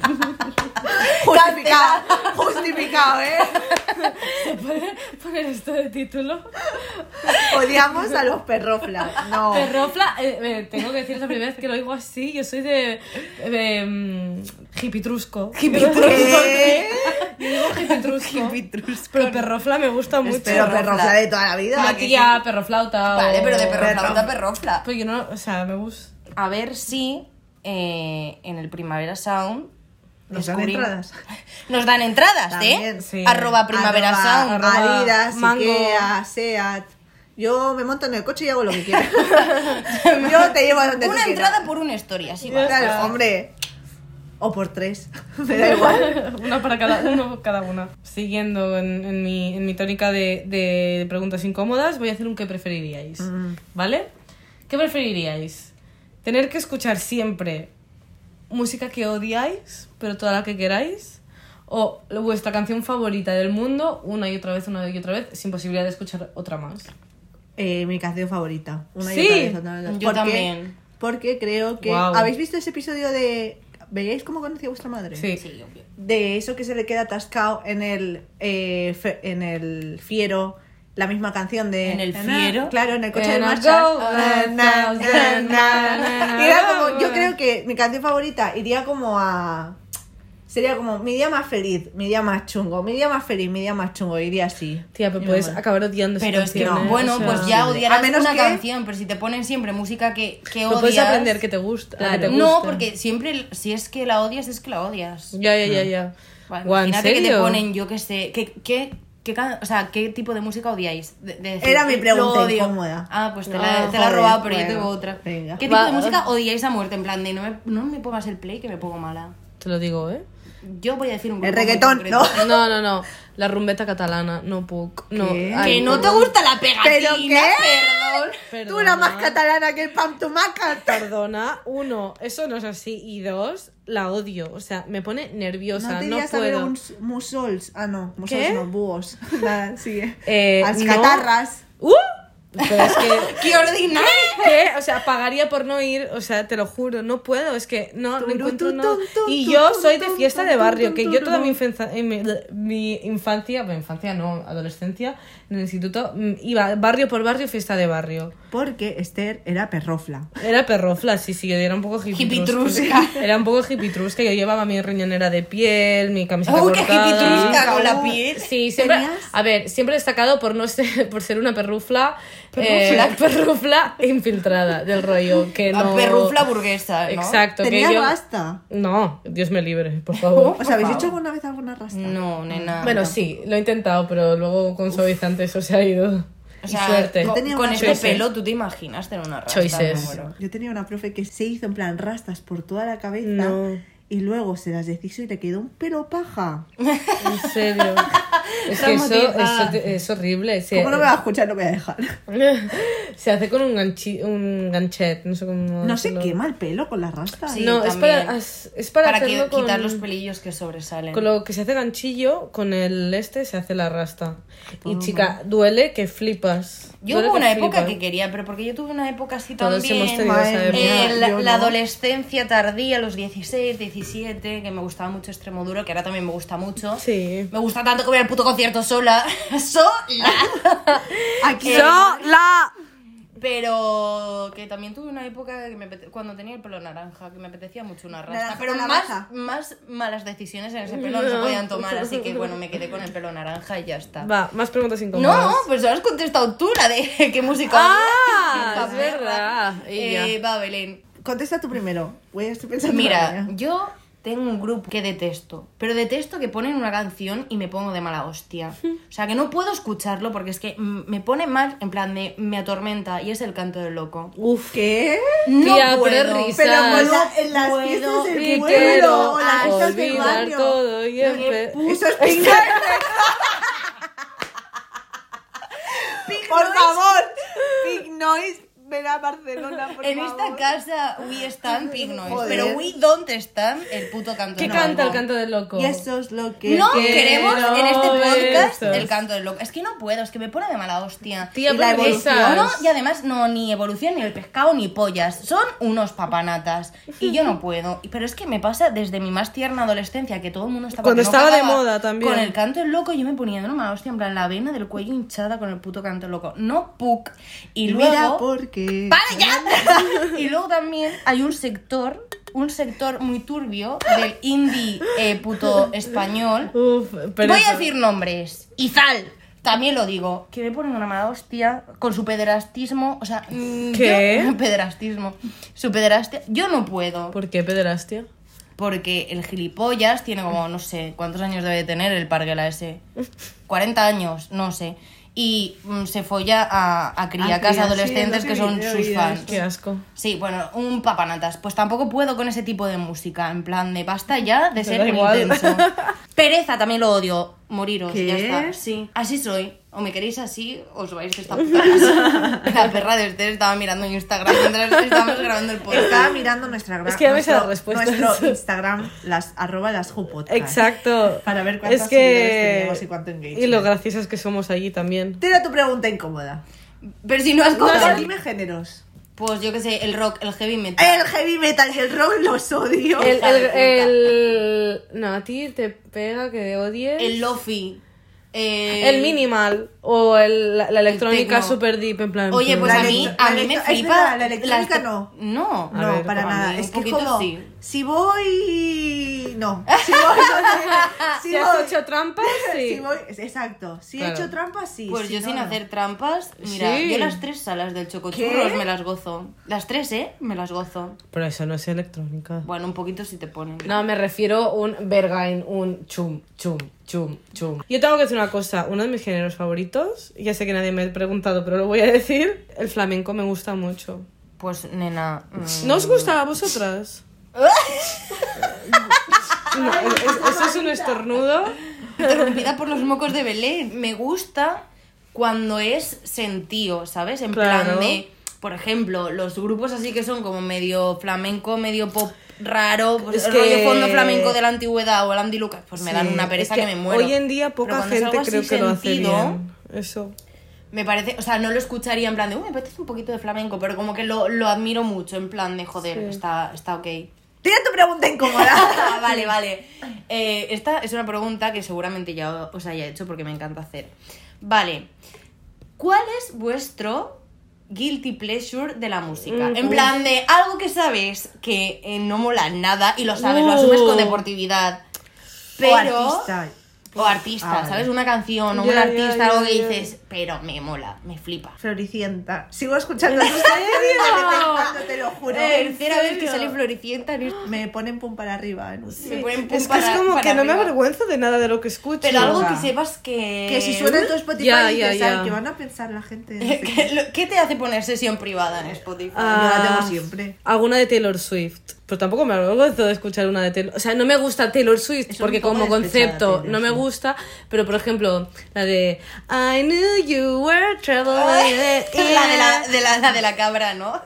[SPEAKER 5] Justificado, justificado, ¿eh?
[SPEAKER 2] ¿Se puede poner esto de título?
[SPEAKER 5] Odiamos a los perroflas. No.
[SPEAKER 2] Perrofla, eh, eh, tengo que decir, es la primera vez que lo oigo así, yo soy de... de mm, hipitrusco.
[SPEAKER 5] ¿Qué?
[SPEAKER 2] Yo digo hipitrusco.
[SPEAKER 4] Pitrus.
[SPEAKER 2] Pero perrofla me gusta mucho.
[SPEAKER 5] Pero perrofla de toda la vida.
[SPEAKER 2] Una tía, perroflauta
[SPEAKER 4] Vale,
[SPEAKER 2] o-
[SPEAKER 4] pero de perrofla
[SPEAKER 5] Perro.
[SPEAKER 4] a perrofla.
[SPEAKER 2] Pues yo no, o sea, me gusta.
[SPEAKER 4] A ver si eh, en el Primavera Sound
[SPEAKER 3] Nos dan
[SPEAKER 4] descubrimos-
[SPEAKER 3] entradas.
[SPEAKER 4] Nos dan entradas, ¿eh?
[SPEAKER 5] También,
[SPEAKER 2] sí.
[SPEAKER 4] Arroba Primavera
[SPEAKER 3] Arroba-
[SPEAKER 4] Sound.
[SPEAKER 2] arroba
[SPEAKER 3] Adidas,
[SPEAKER 2] Mango.
[SPEAKER 3] Ikea, Seat. Yo me monto en el coche y hago lo que quiera.
[SPEAKER 5] Yo te llevo a donde tú
[SPEAKER 4] Una
[SPEAKER 5] quieras.
[SPEAKER 4] entrada por una historia, sí. va.
[SPEAKER 5] Claro, hombre.
[SPEAKER 3] o por tres. Me da igual.
[SPEAKER 2] una para cada uno, cada una. Siguiendo en, en mi, en mi tónica de, de preguntas incómodas, voy a hacer un qué preferiríais.
[SPEAKER 4] Mm.
[SPEAKER 2] ¿Vale? ¿Qué preferiríais? ¿Tener que escuchar siempre música que odiáis, pero toda la que queráis? ¿O vuestra canción favorita del mundo, una y otra vez, una y otra vez, sin posibilidad de escuchar otra más?
[SPEAKER 3] Eh, mi canción favorita. Una y
[SPEAKER 2] Sí,
[SPEAKER 3] otra vez, otra vez, otra vez.
[SPEAKER 4] yo también.
[SPEAKER 3] Porque creo que.
[SPEAKER 2] Guau.
[SPEAKER 3] ¿Habéis visto ese episodio de. ¿Veíais cómo conocía vuestra madre?
[SPEAKER 2] Sí.
[SPEAKER 4] Sí, obvio.
[SPEAKER 3] De eso que se le queda atascado en el. eh, fe- en el fiero. La misma canción de.
[SPEAKER 4] ¿En el
[SPEAKER 3] Na,
[SPEAKER 4] fiero?
[SPEAKER 3] Claro, en el coche
[SPEAKER 2] En
[SPEAKER 3] del
[SPEAKER 2] el
[SPEAKER 3] marcha.
[SPEAKER 2] go,
[SPEAKER 3] Na, na, na, na. Y era como. Yo creo que mi canción favorita iría como a. Sería como mi día más feliz, mi día más chungo, mi día más feliz, mi día más chungo, iría así.
[SPEAKER 2] Tía, pero
[SPEAKER 3] Mi
[SPEAKER 2] puedes
[SPEAKER 3] mamá.
[SPEAKER 2] acabar odiando esa
[SPEAKER 4] Pero es que,
[SPEAKER 2] canción, ¿eh?
[SPEAKER 4] bueno,
[SPEAKER 2] O sea,
[SPEAKER 4] pues ya odiarás
[SPEAKER 3] A menos
[SPEAKER 4] una
[SPEAKER 3] que-
[SPEAKER 4] canción, pero si te ponen siempre música que, que
[SPEAKER 2] pero
[SPEAKER 4] odias...
[SPEAKER 2] puedes aprender que te gusta. la que te
[SPEAKER 4] No,
[SPEAKER 2] gusta.
[SPEAKER 4] porque siempre, si es que la odias, es que la odias.
[SPEAKER 2] Ya, ya, ya, ya.
[SPEAKER 4] Vale,
[SPEAKER 2] Guau, ¿en
[SPEAKER 4] imagínate que te
[SPEAKER 2] serio?
[SPEAKER 4] ponen, yo qué sé, que, que, que ca- o sea, ¿qué tipo de música odiáis? De- de decir,
[SPEAKER 3] Era mi
[SPEAKER 4] "Lo
[SPEAKER 3] pregunta
[SPEAKER 4] odio".
[SPEAKER 3] incómoda.
[SPEAKER 4] Ah, pues te la,
[SPEAKER 2] Ah,
[SPEAKER 4] te la he
[SPEAKER 3] joder,
[SPEAKER 4] robado, pero yo
[SPEAKER 3] bueno,
[SPEAKER 4] tengo otra.
[SPEAKER 3] venga.
[SPEAKER 4] ¿Qué tipo
[SPEAKER 2] Va.
[SPEAKER 4] de música odiáis a muerte? En plan de, no me, no me pongas el play que me pongo mala.
[SPEAKER 2] Te lo digo, ¿eh?
[SPEAKER 4] Yo voy a decir un
[SPEAKER 5] El
[SPEAKER 4] grupo muy
[SPEAKER 5] reggaetón,
[SPEAKER 4] concreto.
[SPEAKER 5] ¿no?
[SPEAKER 2] No, no, no. La rumbeta catalana, no puc. No,
[SPEAKER 3] ¿Qué?
[SPEAKER 2] ay,
[SPEAKER 4] Que no te
[SPEAKER 2] perdón.
[SPEAKER 4] gusta la pegatina,
[SPEAKER 5] ¿Pero qué?
[SPEAKER 4] perdón.
[SPEAKER 5] Tú la
[SPEAKER 2] Perdona,
[SPEAKER 5] más catalana que el pan tumaca.
[SPEAKER 2] Perdona, uno, eso no es así. Y dos, la odio. O sea, me pone nerviosa,
[SPEAKER 3] no te
[SPEAKER 2] no,
[SPEAKER 3] dirías a ver
[SPEAKER 2] puedo.
[SPEAKER 3] un s- musols. Ah, no, musols
[SPEAKER 2] ¿Qué?
[SPEAKER 3] no, búhos. Nada, sigue.
[SPEAKER 2] Eh,
[SPEAKER 3] Las
[SPEAKER 2] no.
[SPEAKER 3] catarras.
[SPEAKER 2] ¡Uh! Pero es que...
[SPEAKER 4] ¡Qué ordinario!
[SPEAKER 2] ¿Qué? O sea, pagaría por no ir, o sea, te lo juro, no puedo, es que no, no
[SPEAKER 3] Turun,
[SPEAKER 2] encuentro
[SPEAKER 3] tun,
[SPEAKER 2] no.
[SPEAKER 3] tun, tun,
[SPEAKER 2] Y
[SPEAKER 3] tun,
[SPEAKER 2] yo
[SPEAKER 3] tun,
[SPEAKER 2] soy de
[SPEAKER 3] tun,
[SPEAKER 2] fiesta
[SPEAKER 3] tun,
[SPEAKER 2] de
[SPEAKER 3] tun,
[SPEAKER 2] barrio,
[SPEAKER 3] tun,
[SPEAKER 2] que
[SPEAKER 3] tun,
[SPEAKER 2] yo
[SPEAKER 3] tun,
[SPEAKER 2] toda mi
[SPEAKER 3] tun.
[SPEAKER 2] infancia, eh, mi, mi infancia, bueno, infancia no, adolescencia, en el instituto, mm, iba barrio por barrio, fiesta de barrio.
[SPEAKER 3] Porque Esther era perrofla.
[SPEAKER 2] Era perrofla, sí, sí, yo era un poco hipitrusca.
[SPEAKER 4] Hipitrusca.
[SPEAKER 2] Era un poco hipitrusca, yo llevaba mi riñonera de piel, mi camiseta
[SPEAKER 4] ¡Oh, qué
[SPEAKER 2] cortada.
[SPEAKER 4] hipitrusca con la piel!
[SPEAKER 2] Sí, siempre,
[SPEAKER 3] ¿Tenías?
[SPEAKER 2] a ver, siempre he destacado por no ser, por ser una perrufla,
[SPEAKER 4] Perrufla.
[SPEAKER 2] eh, perrufla infiltrada del rollo que
[SPEAKER 4] La
[SPEAKER 2] no.
[SPEAKER 4] Ah, perrufla burguesa, ¿no?
[SPEAKER 2] Exacto.
[SPEAKER 3] Tenías
[SPEAKER 2] que yo...
[SPEAKER 3] basta.
[SPEAKER 2] No, Dios me libre, por favor. Ah,
[SPEAKER 3] ¿Os habéis hecho alguna vez alguna rasta?
[SPEAKER 4] No, nena.
[SPEAKER 2] bueno, sí, lo he intentado, pero luego con suavizante eso se ha ido.
[SPEAKER 4] O sea,
[SPEAKER 2] y suerte.
[SPEAKER 4] co-
[SPEAKER 3] tenía
[SPEAKER 4] Con,
[SPEAKER 3] una
[SPEAKER 4] este
[SPEAKER 2] choices.
[SPEAKER 4] pelo, ¿tú te imaginas tener una rasta?
[SPEAKER 2] Choices.
[SPEAKER 4] Me muero.
[SPEAKER 3] Yo tenía una profe que se hizo en plan rastas por toda la cabeza
[SPEAKER 2] No.
[SPEAKER 3] y luego se las deshizo y le quedó un pelo paja.
[SPEAKER 2] En serio. es que eso,
[SPEAKER 3] Traumatizada.
[SPEAKER 2] eso te- es horrible. Se,
[SPEAKER 3] Como no me va a escuchar, no me voy a dejar.
[SPEAKER 2] se hace con un, ganchi, un ganchet, no sé cómo.
[SPEAKER 3] No se
[SPEAKER 2] decirlo.
[SPEAKER 3] quema el pelo con las rastas.
[SPEAKER 4] Sí,
[SPEAKER 2] no, es
[SPEAKER 4] también.
[SPEAKER 2] para, es es para,
[SPEAKER 4] que-
[SPEAKER 2] hacerlo con-
[SPEAKER 4] quitar los pelillos que sobresalen.
[SPEAKER 2] Con lo que se hace ganchillo, con el este se hace la rasta. Y chica, duele que flipas.
[SPEAKER 4] Yo
[SPEAKER 2] Duele
[SPEAKER 4] hubo una
[SPEAKER 2] flipas.
[SPEAKER 4] época que quería, pero porque yo tuve una época así
[SPEAKER 2] Todos
[SPEAKER 4] también.
[SPEAKER 2] hemos tenido
[SPEAKER 3] madre
[SPEAKER 2] esa época.
[SPEAKER 4] Eh,
[SPEAKER 3] mía,
[SPEAKER 4] la,
[SPEAKER 3] yo
[SPEAKER 4] la
[SPEAKER 3] no.
[SPEAKER 4] adolescencia tardía, los 16, 17, que me gustaba mucho Extremoduro, que ahora también me gusta mucho.
[SPEAKER 2] Sí.
[SPEAKER 4] Me gusta tanto que voy al puto concierto sola. ¡Sola!
[SPEAKER 3] Aquí
[SPEAKER 2] la
[SPEAKER 4] Pero que también tuve una época que me apete- cuando tenía el pelo naranja, que me apetecía mucho una rasta.
[SPEAKER 5] Naranja,
[SPEAKER 4] pero
[SPEAKER 5] naranja.
[SPEAKER 4] más, más malas decisiones en ese pelo no se podían tomar, así que bueno, me quedé con el pelo naranja y ya está.
[SPEAKER 2] Va, más preguntas
[SPEAKER 4] No,
[SPEAKER 2] incómodas.
[SPEAKER 4] pues has contestado tú la de qué música.
[SPEAKER 2] Ah,
[SPEAKER 4] oías.
[SPEAKER 2] es verdad.
[SPEAKER 4] Eh, va, Belén.
[SPEAKER 3] Contesta tú primero. Voy a estoy pensando. ¿eh? en la
[SPEAKER 4] Mira,
[SPEAKER 3] mía.
[SPEAKER 4] yo tengo un grupo que detesto, pero detesto que ponen una canción y me pongo de mala hostia. O sea, que no puedo escucharlo porque es que mm, me pone mal, en plan, me, me atormenta y es el canto del loco.
[SPEAKER 2] Uf.
[SPEAKER 3] ¿Qué?
[SPEAKER 4] No
[SPEAKER 2] Tía,
[SPEAKER 4] puedo.
[SPEAKER 2] pero risas.
[SPEAKER 3] Pero con
[SPEAKER 2] no
[SPEAKER 3] la- en las
[SPEAKER 5] puedo
[SPEAKER 3] fiestas
[SPEAKER 2] Y
[SPEAKER 3] del pueblo
[SPEAKER 2] quiero
[SPEAKER 3] o las fiestas del
[SPEAKER 2] olvidar
[SPEAKER 3] barrio.
[SPEAKER 2] todo y empe-
[SPEAKER 3] Eso es Pinterest.
[SPEAKER 5] Por favor, Pig Noise, ven a Barcelona, por
[SPEAKER 4] En
[SPEAKER 5] favor.
[SPEAKER 4] esta casa we stand pig noise,
[SPEAKER 3] Joder.
[SPEAKER 4] pero we don't stand el puto canto
[SPEAKER 2] ¿Qué
[SPEAKER 4] del
[SPEAKER 2] canta el
[SPEAKER 4] loco.
[SPEAKER 2] canto del loco?
[SPEAKER 3] Y eso es lo que.
[SPEAKER 4] No
[SPEAKER 3] quiero.
[SPEAKER 4] queremos en este podcast
[SPEAKER 2] Eso.
[SPEAKER 4] el canto del loco. Es que no puedo, es que me pone de mala hostia.
[SPEAKER 2] Tía,
[SPEAKER 4] y la
[SPEAKER 2] pero
[SPEAKER 4] evolución.
[SPEAKER 2] risas.
[SPEAKER 4] No, y además, no, ni evolución, ni el pescado, ni pollas. Son unos papanatas. Y yo no puedo. Y- Pero es que me pasa desde mi más tierna adolescencia, que todo el mundo estaba.
[SPEAKER 2] Cuando
[SPEAKER 4] que no
[SPEAKER 2] estaba de
[SPEAKER 4] cagaba
[SPEAKER 2] moda también.
[SPEAKER 4] Con el canto del loco, yo me ponía de una mala hostia, en plan, la vena del cuello hinchada con el puto canto del loco. No puc. Y luego.
[SPEAKER 3] Mira, porque.
[SPEAKER 4] ¡Para ya! y luego también hay un sector, un sector muy turbio del indie eh, puto español.
[SPEAKER 2] Uf, pero
[SPEAKER 4] Voy
[SPEAKER 2] eso-
[SPEAKER 4] a decir nombres. Izal. También lo digo. Que me ponen una mala hostia con su pederastismo. O sea, mm,
[SPEAKER 2] ¿Qué?
[SPEAKER 4] yo- pederastismo. Su pederastia. Yo no puedo.
[SPEAKER 2] ¿Por qué pederastia?
[SPEAKER 4] Porque el gilipollas tiene como, no sé, ¿cuántos años debe tener el parguela ese? 40 años, no sé. Y mm, se folla a, a criacas
[SPEAKER 3] crías, sí,
[SPEAKER 4] adolescentes
[SPEAKER 3] lo
[SPEAKER 4] que
[SPEAKER 3] que
[SPEAKER 4] son
[SPEAKER 3] vi- he
[SPEAKER 4] sus
[SPEAKER 3] oído
[SPEAKER 4] fans.
[SPEAKER 2] Qué asco.
[SPEAKER 4] Sí, bueno, un papanatas. Pues tampoco puedo con ese tipo de música. En plan de basta ya de ser
[SPEAKER 2] da
[SPEAKER 4] muy
[SPEAKER 2] igual.
[SPEAKER 4] intenso. Pereza también lo odio. Moriros,
[SPEAKER 3] ¿Qué?
[SPEAKER 4] ya está. Sí. Así soy. O me queréis así, os vais de esta puta casa. La perra de ustedes estaba mirando Instagram mientras estábamos grabando el
[SPEAKER 3] Estaba
[SPEAKER 4] podcast.
[SPEAKER 3] mirando nuestra gra-
[SPEAKER 2] Es que ya ves
[SPEAKER 3] nuestro-
[SPEAKER 2] las respuestas.
[SPEAKER 3] Nuestro Instagram, las arroba las jupodcast.
[SPEAKER 2] Exacto.
[SPEAKER 3] Para ver cuántos seguidores teníamos y cuánto engagement.
[SPEAKER 2] Y lo graciosos que somos allí también.
[SPEAKER 3] Tira tu pregunta incómoda.
[SPEAKER 4] Pero si no has
[SPEAKER 3] No,
[SPEAKER 4] contado.
[SPEAKER 3] dime géneros.
[SPEAKER 4] Pues yo qué sé, el rock, el heavy metal.
[SPEAKER 3] El heavy metal y el rock los odio.
[SPEAKER 2] El,
[SPEAKER 4] hija
[SPEAKER 2] el,
[SPEAKER 4] de
[SPEAKER 2] el- No, a ti te pega que te odies.
[SPEAKER 4] El lofi. eh,
[SPEAKER 2] El minimal o el- la, la electrónica
[SPEAKER 4] techno.
[SPEAKER 2] super deep en plan.
[SPEAKER 4] Oye, pues
[SPEAKER 3] La
[SPEAKER 4] a mí,
[SPEAKER 3] electro-
[SPEAKER 4] a
[SPEAKER 3] la
[SPEAKER 4] mí me
[SPEAKER 3] electro- es
[SPEAKER 4] flipa.
[SPEAKER 3] verdad, la electrónica
[SPEAKER 4] las-
[SPEAKER 3] no.
[SPEAKER 4] No.
[SPEAKER 2] A
[SPEAKER 3] no,
[SPEAKER 2] ver,
[SPEAKER 3] para
[SPEAKER 2] a
[SPEAKER 3] nada.
[SPEAKER 4] mí un
[SPEAKER 3] Es que
[SPEAKER 4] poquito
[SPEAKER 3] como.
[SPEAKER 4] sí.
[SPEAKER 3] Si voy. No. Si voy. no sé.
[SPEAKER 2] si
[SPEAKER 3] Si
[SPEAKER 2] has
[SPEAKER 3] voy.
[SPEAKER 2] hecho trampas, sí.
[SPEAKER 3] Si voy. Exacto. Si
[SPEAKER 2] Claro.
[SPEAKER 3] he hecho trampa, sí.
[SPEAKER 4] Pues
[SPEAKER 3] Si
[SPEAKER 4] yo
[SPEAKER 3] no,
[SPEAKER 4] sin
[SPEAKER 3] no.
[SPEAKER 4] hacer trampas, mira,
[SPEAKER 2] Sí.
[SPEAKER 4] yo las tres salas del chocochurros me las gozo. Las tres, ¿eh? Me las gozo.
[SPEAKER 2] Pero eso no es electrónica.
[SPEAKER 4] Bueno, un poquito si te ponen.
[SPEAKER 2] No, me refiero un Bergain, un chum, chum, chum, chum. Yo tengo que decir una cosa, uno de mis géneros favoritos, ya sé que nadie me ha preguntado, pero lo voy a decir, el flamenco me gusta mucho.
[SPEAKER 4] Pues nena, mm,
[SPEAKER 2] ¿No os gusta a vosotras? No, es- es- eso es un estornudo.
[SPEAKER 4] interrumpida por los mocos de Belén. Me gusta cuando es sentido, ¿sabes? En
[SPEAKER 2] Claro.
[SPEAKER 4] plan de, por ejemplo, los grupos así que son como medio flamenco, medio pop raro, pues
[SPEAKER 2] Es
[SPEAKER 4] el
[SPEAKER 2] que-
[SPEAKER 4] rollo fondo flamenco de la antigüedad o el Andy Lucas, pues me dan
[SPEAKER 2] Sí,
[SPEAKER 4] una pereza
[SPEAKER 2] es
[SPEAKER 4] que, me muero.
[SPEAKER 2] Hoy en día
[SPEAKER 4] Pero
[SPEAKER 2] poca
[SPEAKER 4] cuando es
[SPEAKER 2] gente
[SPEAKER 4] algo así pues
[SPEAKER 2] creo que lo hace
[SPEAKER 4] sentido,
[SPEAKER 2] bien. Eso.
[SPEAKER 4] Me parece, o sea, no lo escucharía en plan de, uy, me apetece un poquito de flamenco, pero como que lo, lo admiro mucho, en plan de, joder, está, está ok.
[SPEAKER 3] Tira tu pregunta incómoda.
[SPEAKER 4] Ah, vale, vale. Eh, esta es una pregunta que seguramente ya os haya hecho porque me encanta hacer. Vale. ¿Cuál es vuestro guilty pleasure de la música?
[SPEAKER 2] Mm,
[SPEAKER 4] En plan de algo que sabes que eh, no mola nada y lo sabes,
[SPEAKER 2] Uh.
[SPEAKER 4] lo asumes con deportividad. Pero...
[SPEAKER 3] O artista.
[SPEAKER 4] O artista,
[SPEAKER 6] Ah,
[SPEAKER 4] ¿sabes? Una canción o un
[SPEAKER 2] Ya, ya,
[SPEAKER 4] artista,
[SPEAKER 2] ya,
[SPEAKER 4] algo que
[SPEAKER 2] ya.
[SPEAKER 4] dices, pero me mola, me flipa.
[SPEAKER 3] Floricienta. Sigo escuchando tus canciones de vez en cuando, te lo juro.
[SPEAKER 4] Tercera vez que sale Floricienta, no es-
[SPEAKER 3] Me ponen pum para arriba. no sé.
[SPEAKER 4] me ponen pum
[SPEAKER 2] Es que es
[SPEAKER 4] para-
[SPEAKER 2] como
[SPEAKER 4] para
[SPEAKER 2] que no me
[SPEAKER 4] arriba.
[SPEAKER 2] avergüenzo de nada de lo que escucho.
[SPEAKER 4] Pero algo que
[SPEAKER 6] Yoga.
[SPEAKER 4] sepas que...
[SPEAKER 3] Que si suena en tu Spotify
[SPEAKER 2] Ya,
[SPEAKER 3] dices,
[SPEAKER 2] ya,
[SPEAKER 3] "Ay,
[SPEAKER 2] ya.
[SPEAKER 3] ¿qué van a pensar la gente? No sé qué".
[SPEAKER 4] ¿Qué, lo- qué te hace poner sesión privada en Spotify?
[SPEAKER 2] Ah,
[SPEAKER 3] Yo la tengo siempre.
[SPEAKER 2] Alguna de Taylor Swift. Pero tampoco me avergüenzo de escuchar una de Taylor O sea, no me gusta Taylor Swift
[SPEAKER 4] Es un
[SPEAKER 2] porque
[SPEAKER 4] poco
[SPEAKER 2] como
[SPEAKER 4] despechada
[SPEAKER 2] concepto
[SPEAKER 4] Taylor
[SPEAKER 2] no me
[SPEAKER 4] Swift.
[SPEAKER 2] gusta. Pero por ejemplo, la de I knew you were trouble. with it,
[SPEAKER 4] la, de la,
[SPEAKER 2] yeah.
[SPEAKER 4] de la, la de la cabra, ¿no?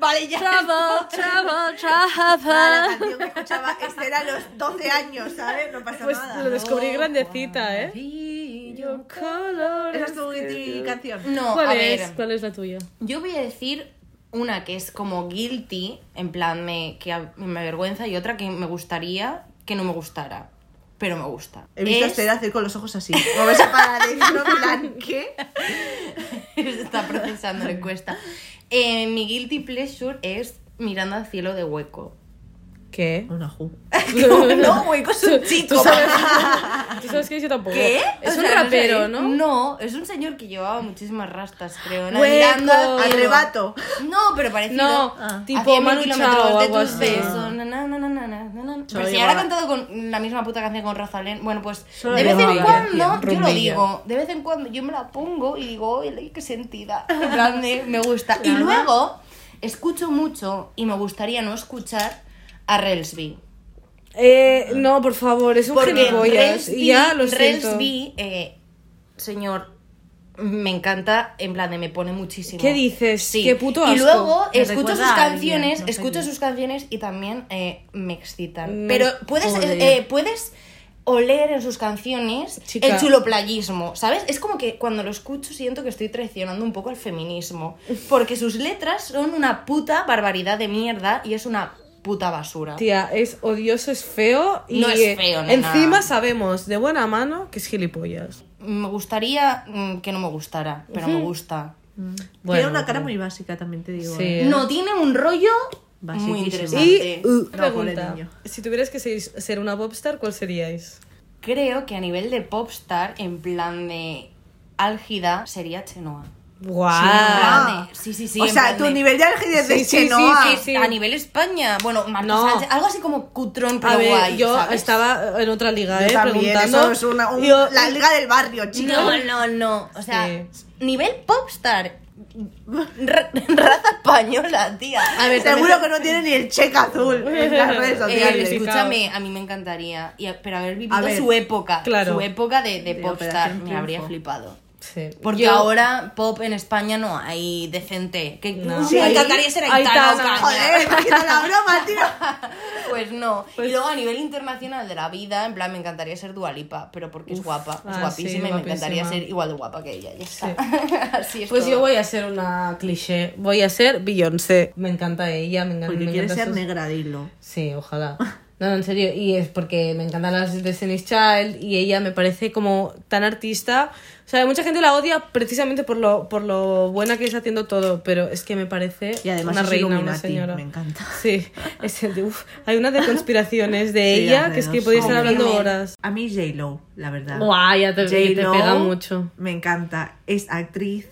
[SPEAKER 4] vale, ya.
[SPEAKER 2] Trouble, trouble, trouble.
[SPEAKER 3] Ah, La canción que escuchaba este era a los 12 años, ¿sabes? No pasa
[SPEAKER 2] Pues
[SPEAKER 3] nada.
[SPEAKER 2] lo descubrí grandecita, ¿eh? Your color
[SPEAKER 3] Esa es
[SPEAKER 2] is-
[SPEAKER 3] tu guilty canción.
[SPEAKER 4] No, a
[SPEAKER 2] ¿Cuál
[SPEAKER 4] ver.
[SPEAKER 2] es? ¿Cuál es la tuya?
[SPEAKER 4] Yo voy a decir una que es como guilty, en plan me, que a- me avergüenza, y otra que me gustaría que no me gustara, pero me gusta.
[SPEAKER 3] He visto este a
[SPEAKER 4] Es-
[SPEAKER 3] Esther hacer con los ojos así. Moverse para decirlo, en plan, ¿qué?
[SPEAKER 4] Se está procesando, le cuesta. Eh, mi guilty pleasure es mirando al cielo de hueco.
[SPEAKER 2] ¿Qué?
[SPEAKER 3] Una ju.
[SPEAKER 4] no, hueco es un chico.
[SPEAKER 2] ¿Tú sabes, tú sabes que yo tampoco.
[SPEAKER 4] ¿Qué?
[SPEAKER 2] Es
[SPEAKER 4] O
[SPEAKER 2] un
[SPEAKER 4] sea, sé,
[SPEAKER 2] rapero, ¿no?
[SPEAKER 4] No, es un señor que llevaba muchísimas rastas, creo. ¿no?
[SPEAKER 2] Hueco.
[SPEAKER 4] Mirando al cielo.
[SPEAKER 3] Arrebato.
[SPEAKER 4] No, pero parecido. Ah.
[SPEAKER 2] No,
[SPEAKER 4] A
[SPEAKER 2] tipo
[SPEAKER 4] 100.000
[SPEAKER 2] Manu
[SPEAKER 4] kilómetros
[SPEAKER 2] Chao o
[SPEAKER 4] de
[SPEAKER 2] algo
[SPEAKER 4] tus
[SPEAKER 2] así.
[SPEAKER 4] besos. Na, na, na, na, na, na, na, na. Pero si
[SPEAKER 2] llevaba-
[SPEAKER 4] ahora ha cantado con la misma puta canción con Rosalén, bueno, pues
[SPEAKER 6] Solo
[SPEAKER 4] de vez en
[SPEAKER 6] llevaba
[SPEAKER 4] cuando,
[SPEAKER 2] canción,
[SPEAKER 4] yo lo
[SPEAKER 2] rumbilla.
[SPEAKER 4] digo, de vez en cuando yo me la pongo y digo, oye, qué sentida. En plan de, me gusta. Y luego, escucho mucho y me gustaría no escuchar a Relsby.
[SPEAKER 2] Eh, no, por favor, es un
[SPEAKER 4] Porque
[SPEAKER 2] gilipollas.
[SPEAKER 4] Relsby-
[SPEAKER 2] Y ya lo siento.
[SPEAKER 4] Relsby, eh, señor, me encanta, en plan de me pone muchísimo.
[SPEAKER 2] ¿Qué dices?
[SPEAKER 4] Sí.
[SPEAKER 2] Qué puto
[SPEAKER 4] Y
[SPEAKER 2] asco.
[SPEAKER 4] luego
[SPEAKER 6] Me
[SPEAKER 4] escucho sus
[SPEAKER 6] recuerda a alguien,
[SPEAKER 4] canciones,
[SPEAKER 6] no sé
[SPEAKER 4] escucho
[SPEAKER 6] quién.
[SPEAKER 4] sus canciones y también eh, me excitan.
[SPEAKER 2] Me-
[SPEAKER 4] Pero puedes,
[SPEAKER 2] joder.
[SPEAKER 4] eh, eh, puedes oler en sus canciones
[SPEAKER 2] Chica.
[SPEAKER 4] el chuloplayismo, ¿sabes? Es como que cuando lo escucho siento que estoy traicionando un poco al feminismo, porque sus letras son una puta barbaridad de mierda y es una puta basura.
[SPEAKER 2] Tía, es odioso, es feo y
[SPEAKER 4] No es
[SPEAKER 2] eh,
[SPEAKER 4] feo, nena.
[SPEAKER 2] encima sabemos de buena mano que es gilipollas.
[SPEAKER 4] Me gustaría mm, que no me gustara, pero me gusta.
[SPEAKER 2] Bueno,
[SPEAKER 6] Tiene una cara muy básica, también te digo.
[SPEAKER 2] Sí.
[SPEAKER 6] ¿eh?
[SPEAKER 4] No tiene un rollo
[SPEAKER 6] Basiquísimo.
[SPEAKER 4] muy
[SPEAKER 2] Y
[SPEAKER 4] interesante.
[SPEAKER 2] uh,
[SPEAKER 6] No, pobre
[SPEAKER 2] pregunta,
[SPEAKER 6] niño.
[SPEAKER 2] si tuvieras que ser, ser una popstar, ¿cuál seríais?
[SPEAKER 4] Creo que a nivel de popstar, en plan de álgida, sería Chenoa.
[SPEAKER 2] Guau.
[SPEAKER 4] En plan de- sí, sí, sí.
[SPEAKER 3] Ah. o
[SPEAKER 4] en
[SPEAKER 3] sea,
[SPEAKER 4] plan
[SPEAKER 3] tu
[SPEAKER 4] de-
[SPEAKER 3] nivel de algidez
[SPEAKER 2] Sí,
[SPEAKER 3] de
[SPEAKER 2] sí,
[SPEAKER 3] Chenoa.
[SPEAKER 2] sí, sí,
[SPEAKER 4] A nivel España, bueno, Marco
[SPEAKER 2] No.
[SPEAKER 4] Sánchez, algo así como cutrón, pero
[SPEAKER 2] a ver,
[SPEAKER 4] guay,
[SPEAKER 2] yo
[SPEAKER 4] ¿sabes?
[SPEAKER 2] estaba en otra liga,
[SPEAKER 3] Yo
[SPEAKER 2] eh,
[SPEAKER 3] también,
[SPEAKER 2] preguntando.
[SPEAKER 3] eso es una, un-
[SPEAKER 2] Yo-
[SPEAKER 3] la liga del barrio, chicos.
[SPEAKER 4] No, no, no. O sea,
[SPEAKER 2] Sí.
[SPEAKER 4] nivel popstar. ra- Raza española, tía.
[SPEAKER 2] a ver,
[SPEAKER 3] Seguro que no tiene ni el cheque azul en las redes
[SPEAKER 4] Eh,
[SPEAKER 3] sociales.
[SPEAKER 2] sí.
[SPEAKER 4] escúchame, a mí me encantaría. y a- pero haber vivido
[SPEAKER 3] A ver,
[SPEAKER 4] su época,
[SPEAKER 2] claro.
[SPEAKER 4] su época de, de
[SPEAKER 6] De
[SPEAKER 4] popstar,
[SPEAKER 6] Operación
[SPEAKER 4] me
[SPEAKER 6] Triunfo.
[SPEAKER 4] habría flipado.
[SPEAKER 2] también- sí.
[SPEAKER 4] Porque
[SPEAKER 2] Yo-
[SPEAKER 4] ahora pop en España no hay decente. Que
[SPEAKER 2] No.
[SPEAKER 4] me encantaría ser
[SPEAKER 2] Ahí
[SPEAKER 4] Aitana
[SPEAKER 2] está,
[SPEAKER 4] Ocaña.
[SPEAKER 3] Joder, imagina la broma, tío.
[SPEAKER 4] Pues no. y luego a nivel internacional de la vida, en plan, me encantaría ser Dualipa, pero porque es guapa, es
[SPEAKER 2] ah, sí,
[SPEAKER 4] guapísima y me
[SPEAKER 2] guapísima.
[SPEAKER 4] encantaría ser igual de guapa que ella. Ya está. Así es
[SPEAKER 2] Pues
[SPEAKER 4] todo.
[SPEAKER 2] yo voy a ser una cliché. Voy a ser Beyoncé. Me encanta ella, me encanta.
[SPEAKER 6] Porque
[SPEAKER 2] me
[SPEAKER 6] quiere
[SPEAKER 2] encanta
[SPEAKER 6] ser
[SPEAKER 2] sus-
[SPEAKER 6] negra, dilo.
[SPEAKER 2] Sí, ojalá. No, no, en serio. Y es porque me encantan las Destiny's Child y ella me parece como tan artista. O sea, mucha gente la odia precisamente por lo, por lo buena que es haciendo todo, pero es que me parece
[SPEAKER 6] Y además
[SPEAKER 2] una
[SPEAKER 6] es
[SPEAKER 2] reina, una
[SPEAKER 6] Illuminati,
[SPEAKER 2] señora.
[SPEAKER 6] me encanta.
[SPEAKER 2] Sí, es el de, uf, hay una de conspiraciones de
[SPEAKER 6] Sí,
[SPEAKER 2] ella
[SPEAKER 6] hace
[SPEAKER 2] que es que
[SPEAKER 6] dos
[SPEAKER 2] podéis estar
[SPEAKER 4] años.
[SPEAKER 2] hablando horas.
[SPEAKER 6] A mí J-Lo, la verdad.
[SPEAKER 2] Guau, ya te, te
[SPEAKER 6] J.Lo,
[SPEAKER 2] pega mucho.
[SPEAKER 3] Me encanta.
[SPEAKER 6] Es actriz,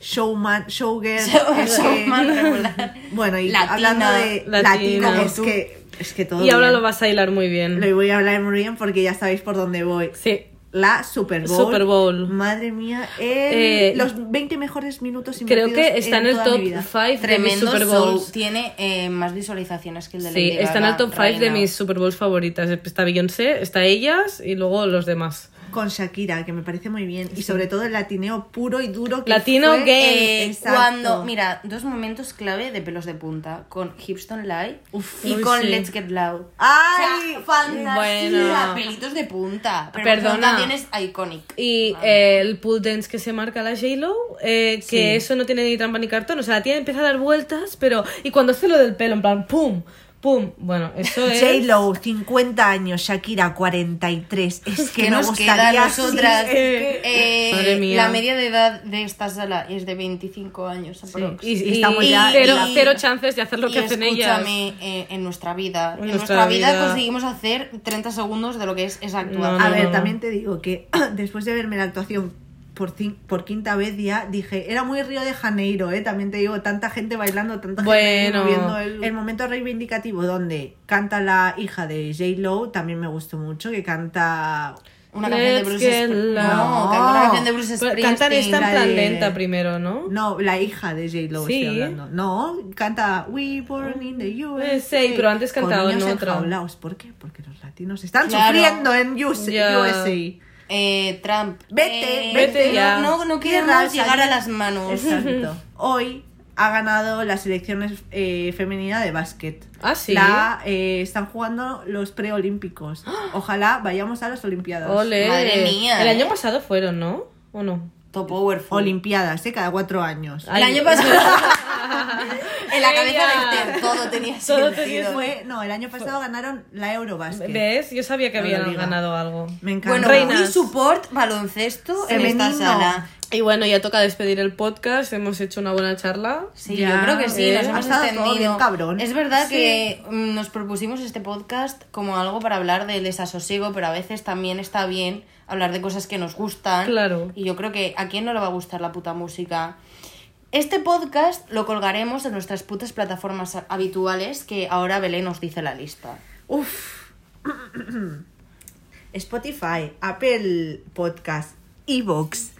[SPEAKER 6] showman, showgirl.
[SPEAKER 4] Show-
[SPEAKER 6] es que-
[SPEAKER 4] showman regular.
[SPEAKER 6] Bueno, y
[SPEAKER 4] Latina.
[SPEAKER 6] hablando de
[SPEAKER 2] Latina.
[SPEAKER 6] latina,
[SPEAKER 2] Como
[SPEAKER 6] es
[SPEAKER 2] tú.
[SPEAKER 6] que, es que todo
[SPEAKER 2] Y ahora
[SPEAKER 6] bien.
[SPEAKER 2] lo vas a hilar muy bien.
[SPEAKER 6] Lo voy a hablar muy bien porque ya sabéis por dónde voy.
[SPEAKER 2] Sí.
[SPEAKER 6] La Super Bowl.
[SPEAKER 2] Super Bowl.
[SPEAKER 6] Madre mía, el-
[SPEAKER 2] Eh,
[SPEAKER 6] los 20 mejores minutos
[SPEAKER 2] Creo
[SPEAKER 6] invertidos
[SPEAKER 2] que está en el
[SPEAKER 6] toda mi
[SPEAKER 2] top
[SPEAKER 6] vida.
[SPEAKER 2] 5 de mis
[SPEAKER 4] Tremendo
[SPEAKER 2] Super
[SPEAKER 4] show.
[SPEAKER 2] Bowls.
[SPEAKER 4] Tiene eh, más visualizaciones que el de
[SPEAKER 2] Sí,
[SPEAKER 4] Lady
[SPEAKER 2] está en el
[SPEAKER 4] Gaga,
[SPEAKER 2] top 5 de
[SPEAKER 4] reina.
[SPEAKER 2] mis Super Bowls favoritas. Está Beyoncé, está ellas y luego los demás.
[SPEAKER 3] con Shakira, que me parece muy bien. Y sobre todo el latineo puro y duro que
[SPEAKER 2] Latino
[SPEAKER 3] fue.
[SPEAKER 2] gay.
[SPEAKER 3] Exacto.
[SPEAKER 4] Cuando, mira, dos momentos clave de pelos de punta, con Hipston Light y
[SPEAKER 2] uy,
[SPEAKER 4] con
[SPEAKER 2] sí.
[SPEAKER 4] Let's Get Loud.
[SPEAKER 3] ¡Ay!
[SPEAKER 4] fantasía,
[SPEAKER 2] bueno.
[SPEAKER 4] pelitos de punta. Pero
[SPEAKER 2] Perdona.
[SPEAKER 4] son canciones iconic.
[SPEAKER 2] Y eh, el pool dance que se marca la J-Lo, eh, que eso no tiene ni trampa ni cartón. O sea, tiene que empezar a dar vueltas, pero. Y cuando hace lo del pelo, en plan, ¡pum! ¡pum! Bueno, eso es.
[SPEAKER 3] J-Lo, 50 años, Shakira, 43. Es que
[SPEAKER 4] ¿Qué
[SPEAKER 3] me
[SPEAKER 4] nos queda a
[SPEAKER 3] gustaría
[SPEAKER 4] nosotras?
[SPEAKER 3] sí, eh,
[SPEAKER 4] Eh,
[SPEAKER 2] Madre mía.
[SPEAKER 4] La media de edad de esta sala es de 25 años aprox.
[SPEAKER 2] Y, y-
[SPEAKER 3] Y estamos ya-
[SPEAKER 2] cero,
[SPEAKER 4] y-
[SPEAKER 2] cero chances de hacer lo que
[SPEAKER 4] Y
[SPEAKER 2] hacen ellas.
[SPEAKER 4] escúchame, eh, en nuestra vida. En,
[SPEAKER 2] En
[SPEAKER 4] nuestra,
[SPEAKER 2] nuestra
[SPEAKER 4] vida,
[SPEAKER 2] vida.
[SPEAKER 4] conseguimos hacer 30 segundos de lo que es esa actuación.
[SPEAKER 2] No,
[SPEAKER 3] A
[SPEAKER 2] no,
[SPEAKER 3] ver,
[SPEAKER 2] no.
[SPEAKER 3] también te digo que después de verme la actuación por, cin- por quinta vez ya dije, era muy Río de Janeiro, ¿eh? También te digo, tanta gente bailando, tanta gente
[SPEAKER 2] Bueno.
[SPEAKER 3] moviendo el... el momento reivindicativo donde canta la hija de J. Lo también me gustó mucho, que canta...
[SPEAKER 4] Una canción de
[SPEAKER 2] Let's
[SPEAKER 4] Bruce
[SPEAKER 2] get
[SPEAKER 4] Spr-
[SPEAKER 2] loud.
[SPEAKER 4] No, canta una canción de Bruce
[SPEAKER 2] Pero
[SPEAKER 4] Springsteen.
[SPEAKER 2] Cantan esta en
[SPEAKER 3] la de-
[SPEAKER 2] plan lenta primero, ¿no?
[SPEAKER 3] No, la hija de J. Lo
[SPEAKER 2] Sí. Eh,
[SPEAKER 3] estoy hablando. No, canta We Born in the USA.
[SPEAKER 2] Sí, pero antes
[SPEAKER 3] con
[SPEAKER 2] cantaba en
[SPEAKER 3] niños
[SPEAKER 2] otra.
[SPEAKER 3] enjaulados. ¿Por qué? Porque los latinos están
[SPEAKER 4] Claro.
[SPEAKER 3] sufriendo en US-
[SPEAKER 2] Ya.
[SPEAKER 3] USA.
[SPEAKER 4] Eh, Trump.
[SPEAKER 3] Vete,
[SPEAKER 4] Eh,
[SPEAKER 2] vete ya.
[SPEAKER 4] No, no queremos
[SPEAKER 3] Tierra,
[SPEAKER 4] llegar
[SPEAKER 3] salir.
[SPEAKER 4] a las manos.
[SPEAKER 3] Exacto. Hoy ha ganado la selección eh, femenina de básquet.
[SPEAKER 2] Ah, sí.
[SPEAKER 3] La, eh, están jugando los preolímpicos. Ojalá vayamos a las Olimpiadas.
[SPEAKER 2] Ole.
[SPEAKER 4] Madre mía,
[SPEAKER 2] El
[SPEAKER 4] ¿eh?
[SPEAKER 2] año pasado fueron, ¿no? ¿O no?
[SPEAKER 4] Top Powerful.
[SPEAKER 3] Olimpiadas, ¿eh? Cada cuatro años.
[SPEAKER 2] Ay.
[SPEAKER 4] El año pasado. en la cabeza
[SPEAKER 2] Ella.
[SPEAKER 4] de Esther todo tenía
[SPEAKER 2] Todo
[SPEAKER 4] sentido.
[SPEAKER 2] tenía
[SPEAKER 3] Fue- no, el año pasado ganaron la Eurobasket.
[SPEAKER 2] ¿Ves? Yo sabía que
[SPEAKER 3] No lo
[SPEAKER 2] habían
[SPEAKER 3] diga.
[SPEAKER 2] ganado algo.
[SPEAKER 3] Me encanta.
[SPEAKER 4] Bueno,
[SPEAKER 2] Reinas.
[SPEAKER 4] Wii support baloncesto en esta
[SPEAKER 3] Femenino.
[SPEAKER 4] sala.
[SPEAKER 2] Y bueno, ya toca despedir el podcast. Hemos hecho una buena charla.
[SPEAKER 4] Sí,
[SPEAKER 3] Ya,
[SPEAKER 4] yo creo que sí,
[SPEAKER 2] eh.
[SPEAKER 4] nos
[SPEAKER 2] Ha
[SPEAKER 4] hemos
[SPEAKER 3] estado todo
[SPEAKER 4] extendido.
[SPEAKER 3] bien cabrón.
[SPEAKER 4] Es verdad que mm, nos propusimos este podcast como algo para hablar del desasosiego, pero a veces también está bien hablar de cosas que nos gustan.
[SPEAKER 2] Claro.
[SPEAKER 4] Y yo creo que a quién no le va a gustar la puta música. Este podcast lo colgaremos en nuestras putas plataformas a- habituales que ahora Belén nos dice la lista.
[SPEAKER 3] Uf. Spotify, Apple Podcast, Evox,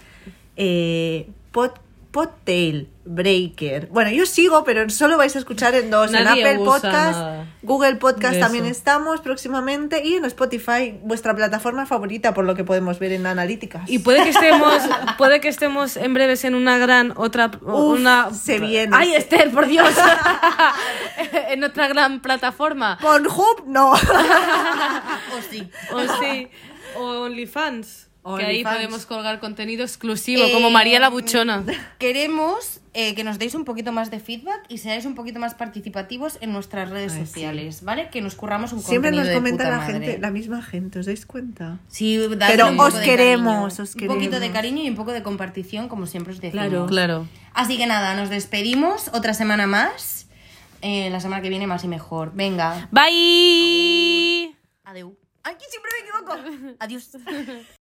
[SPEAKER 3] eh, Pod- Podtail, Breaker. Bueno, yo sigo, pero solo vais a escuchar en dos.
[SPEAKER 2] Nadie
[SPEAKER 3] en Apple
[SPEAKER 2] usa
[SPEAKER 3] Podcast,
[SPEAKER 2] nada
[SPEAKER 3] Google Podcast
[SPEAKER 2] de
[SPEAKER 3] también
[SPEAKER 2] eso.
[SPEAKER 3] estamos próximamente y en Spotify, vuestra plataforma favorita, por lo que podemos ver en analíticas.
[SPEAKER 2] Y puede que estemos, puede que estemos en breves en una gran otra
[SPEAKER 3] Uf,
[SPEAKER 2] una
[SPEAKER 3] se viene.
[SPEAKER 2] Ay, Esther, por Dios. en otra gran plataforma.
[SPEAKER 3] Pornhub, no.
[SPEAKER 4] O sí.
[SPEAKER 2] O sí, o OnlyFans. que ahí
[SPEAKER 3] OnlyFans.
[SPEAKER 2] podemos colgar contenido exclusivo,
[SPEAKER 4] Eh,
[SPEAKER 2] como María la Buchona.
[SPEAKER 4] Queremos eh, que nos deis un poquito más de feedback y seáis un poquito más participativos en nuestras redes sociales, ¿vale? Que nos curramos un
[SPEAKER 3] Siempre
[SPEAKER 4] contenido
[SPEAKER 3] nos
[SPEAKER 4] de
[SPEAKER 3] comenta
[SPEAKER 4] puta
[SPEAKER 3] la
[SPEAKER 4] madre.
[SPEAKER 3] gente, la misma gente, ¿os dais cuenta?
[SPEAKER 4] Sí, dadle
[SPEAKER 3] Pero
[SPEAKER 4] un poco
[SPEAKER 3] os
[SPEAKER 4] de
[SPEAKER 3] queremos, os
[SPEAKER 4] Un poquito de
[SPEAKER 3] queremos.
[SPEAKER 4] cariño y un poco de compartición, como siempre os decimos.
[SPEAKER 2] Claro.
[SPEAKER 4] Así que nada, nos despedimos. Otra semana más. Eh, la semana que viene más y mejor. Venga.
[SPEAKER 2] Bye.
[SPEAKER 4] Adeu. Aquí siempre me equivoco. Adiós.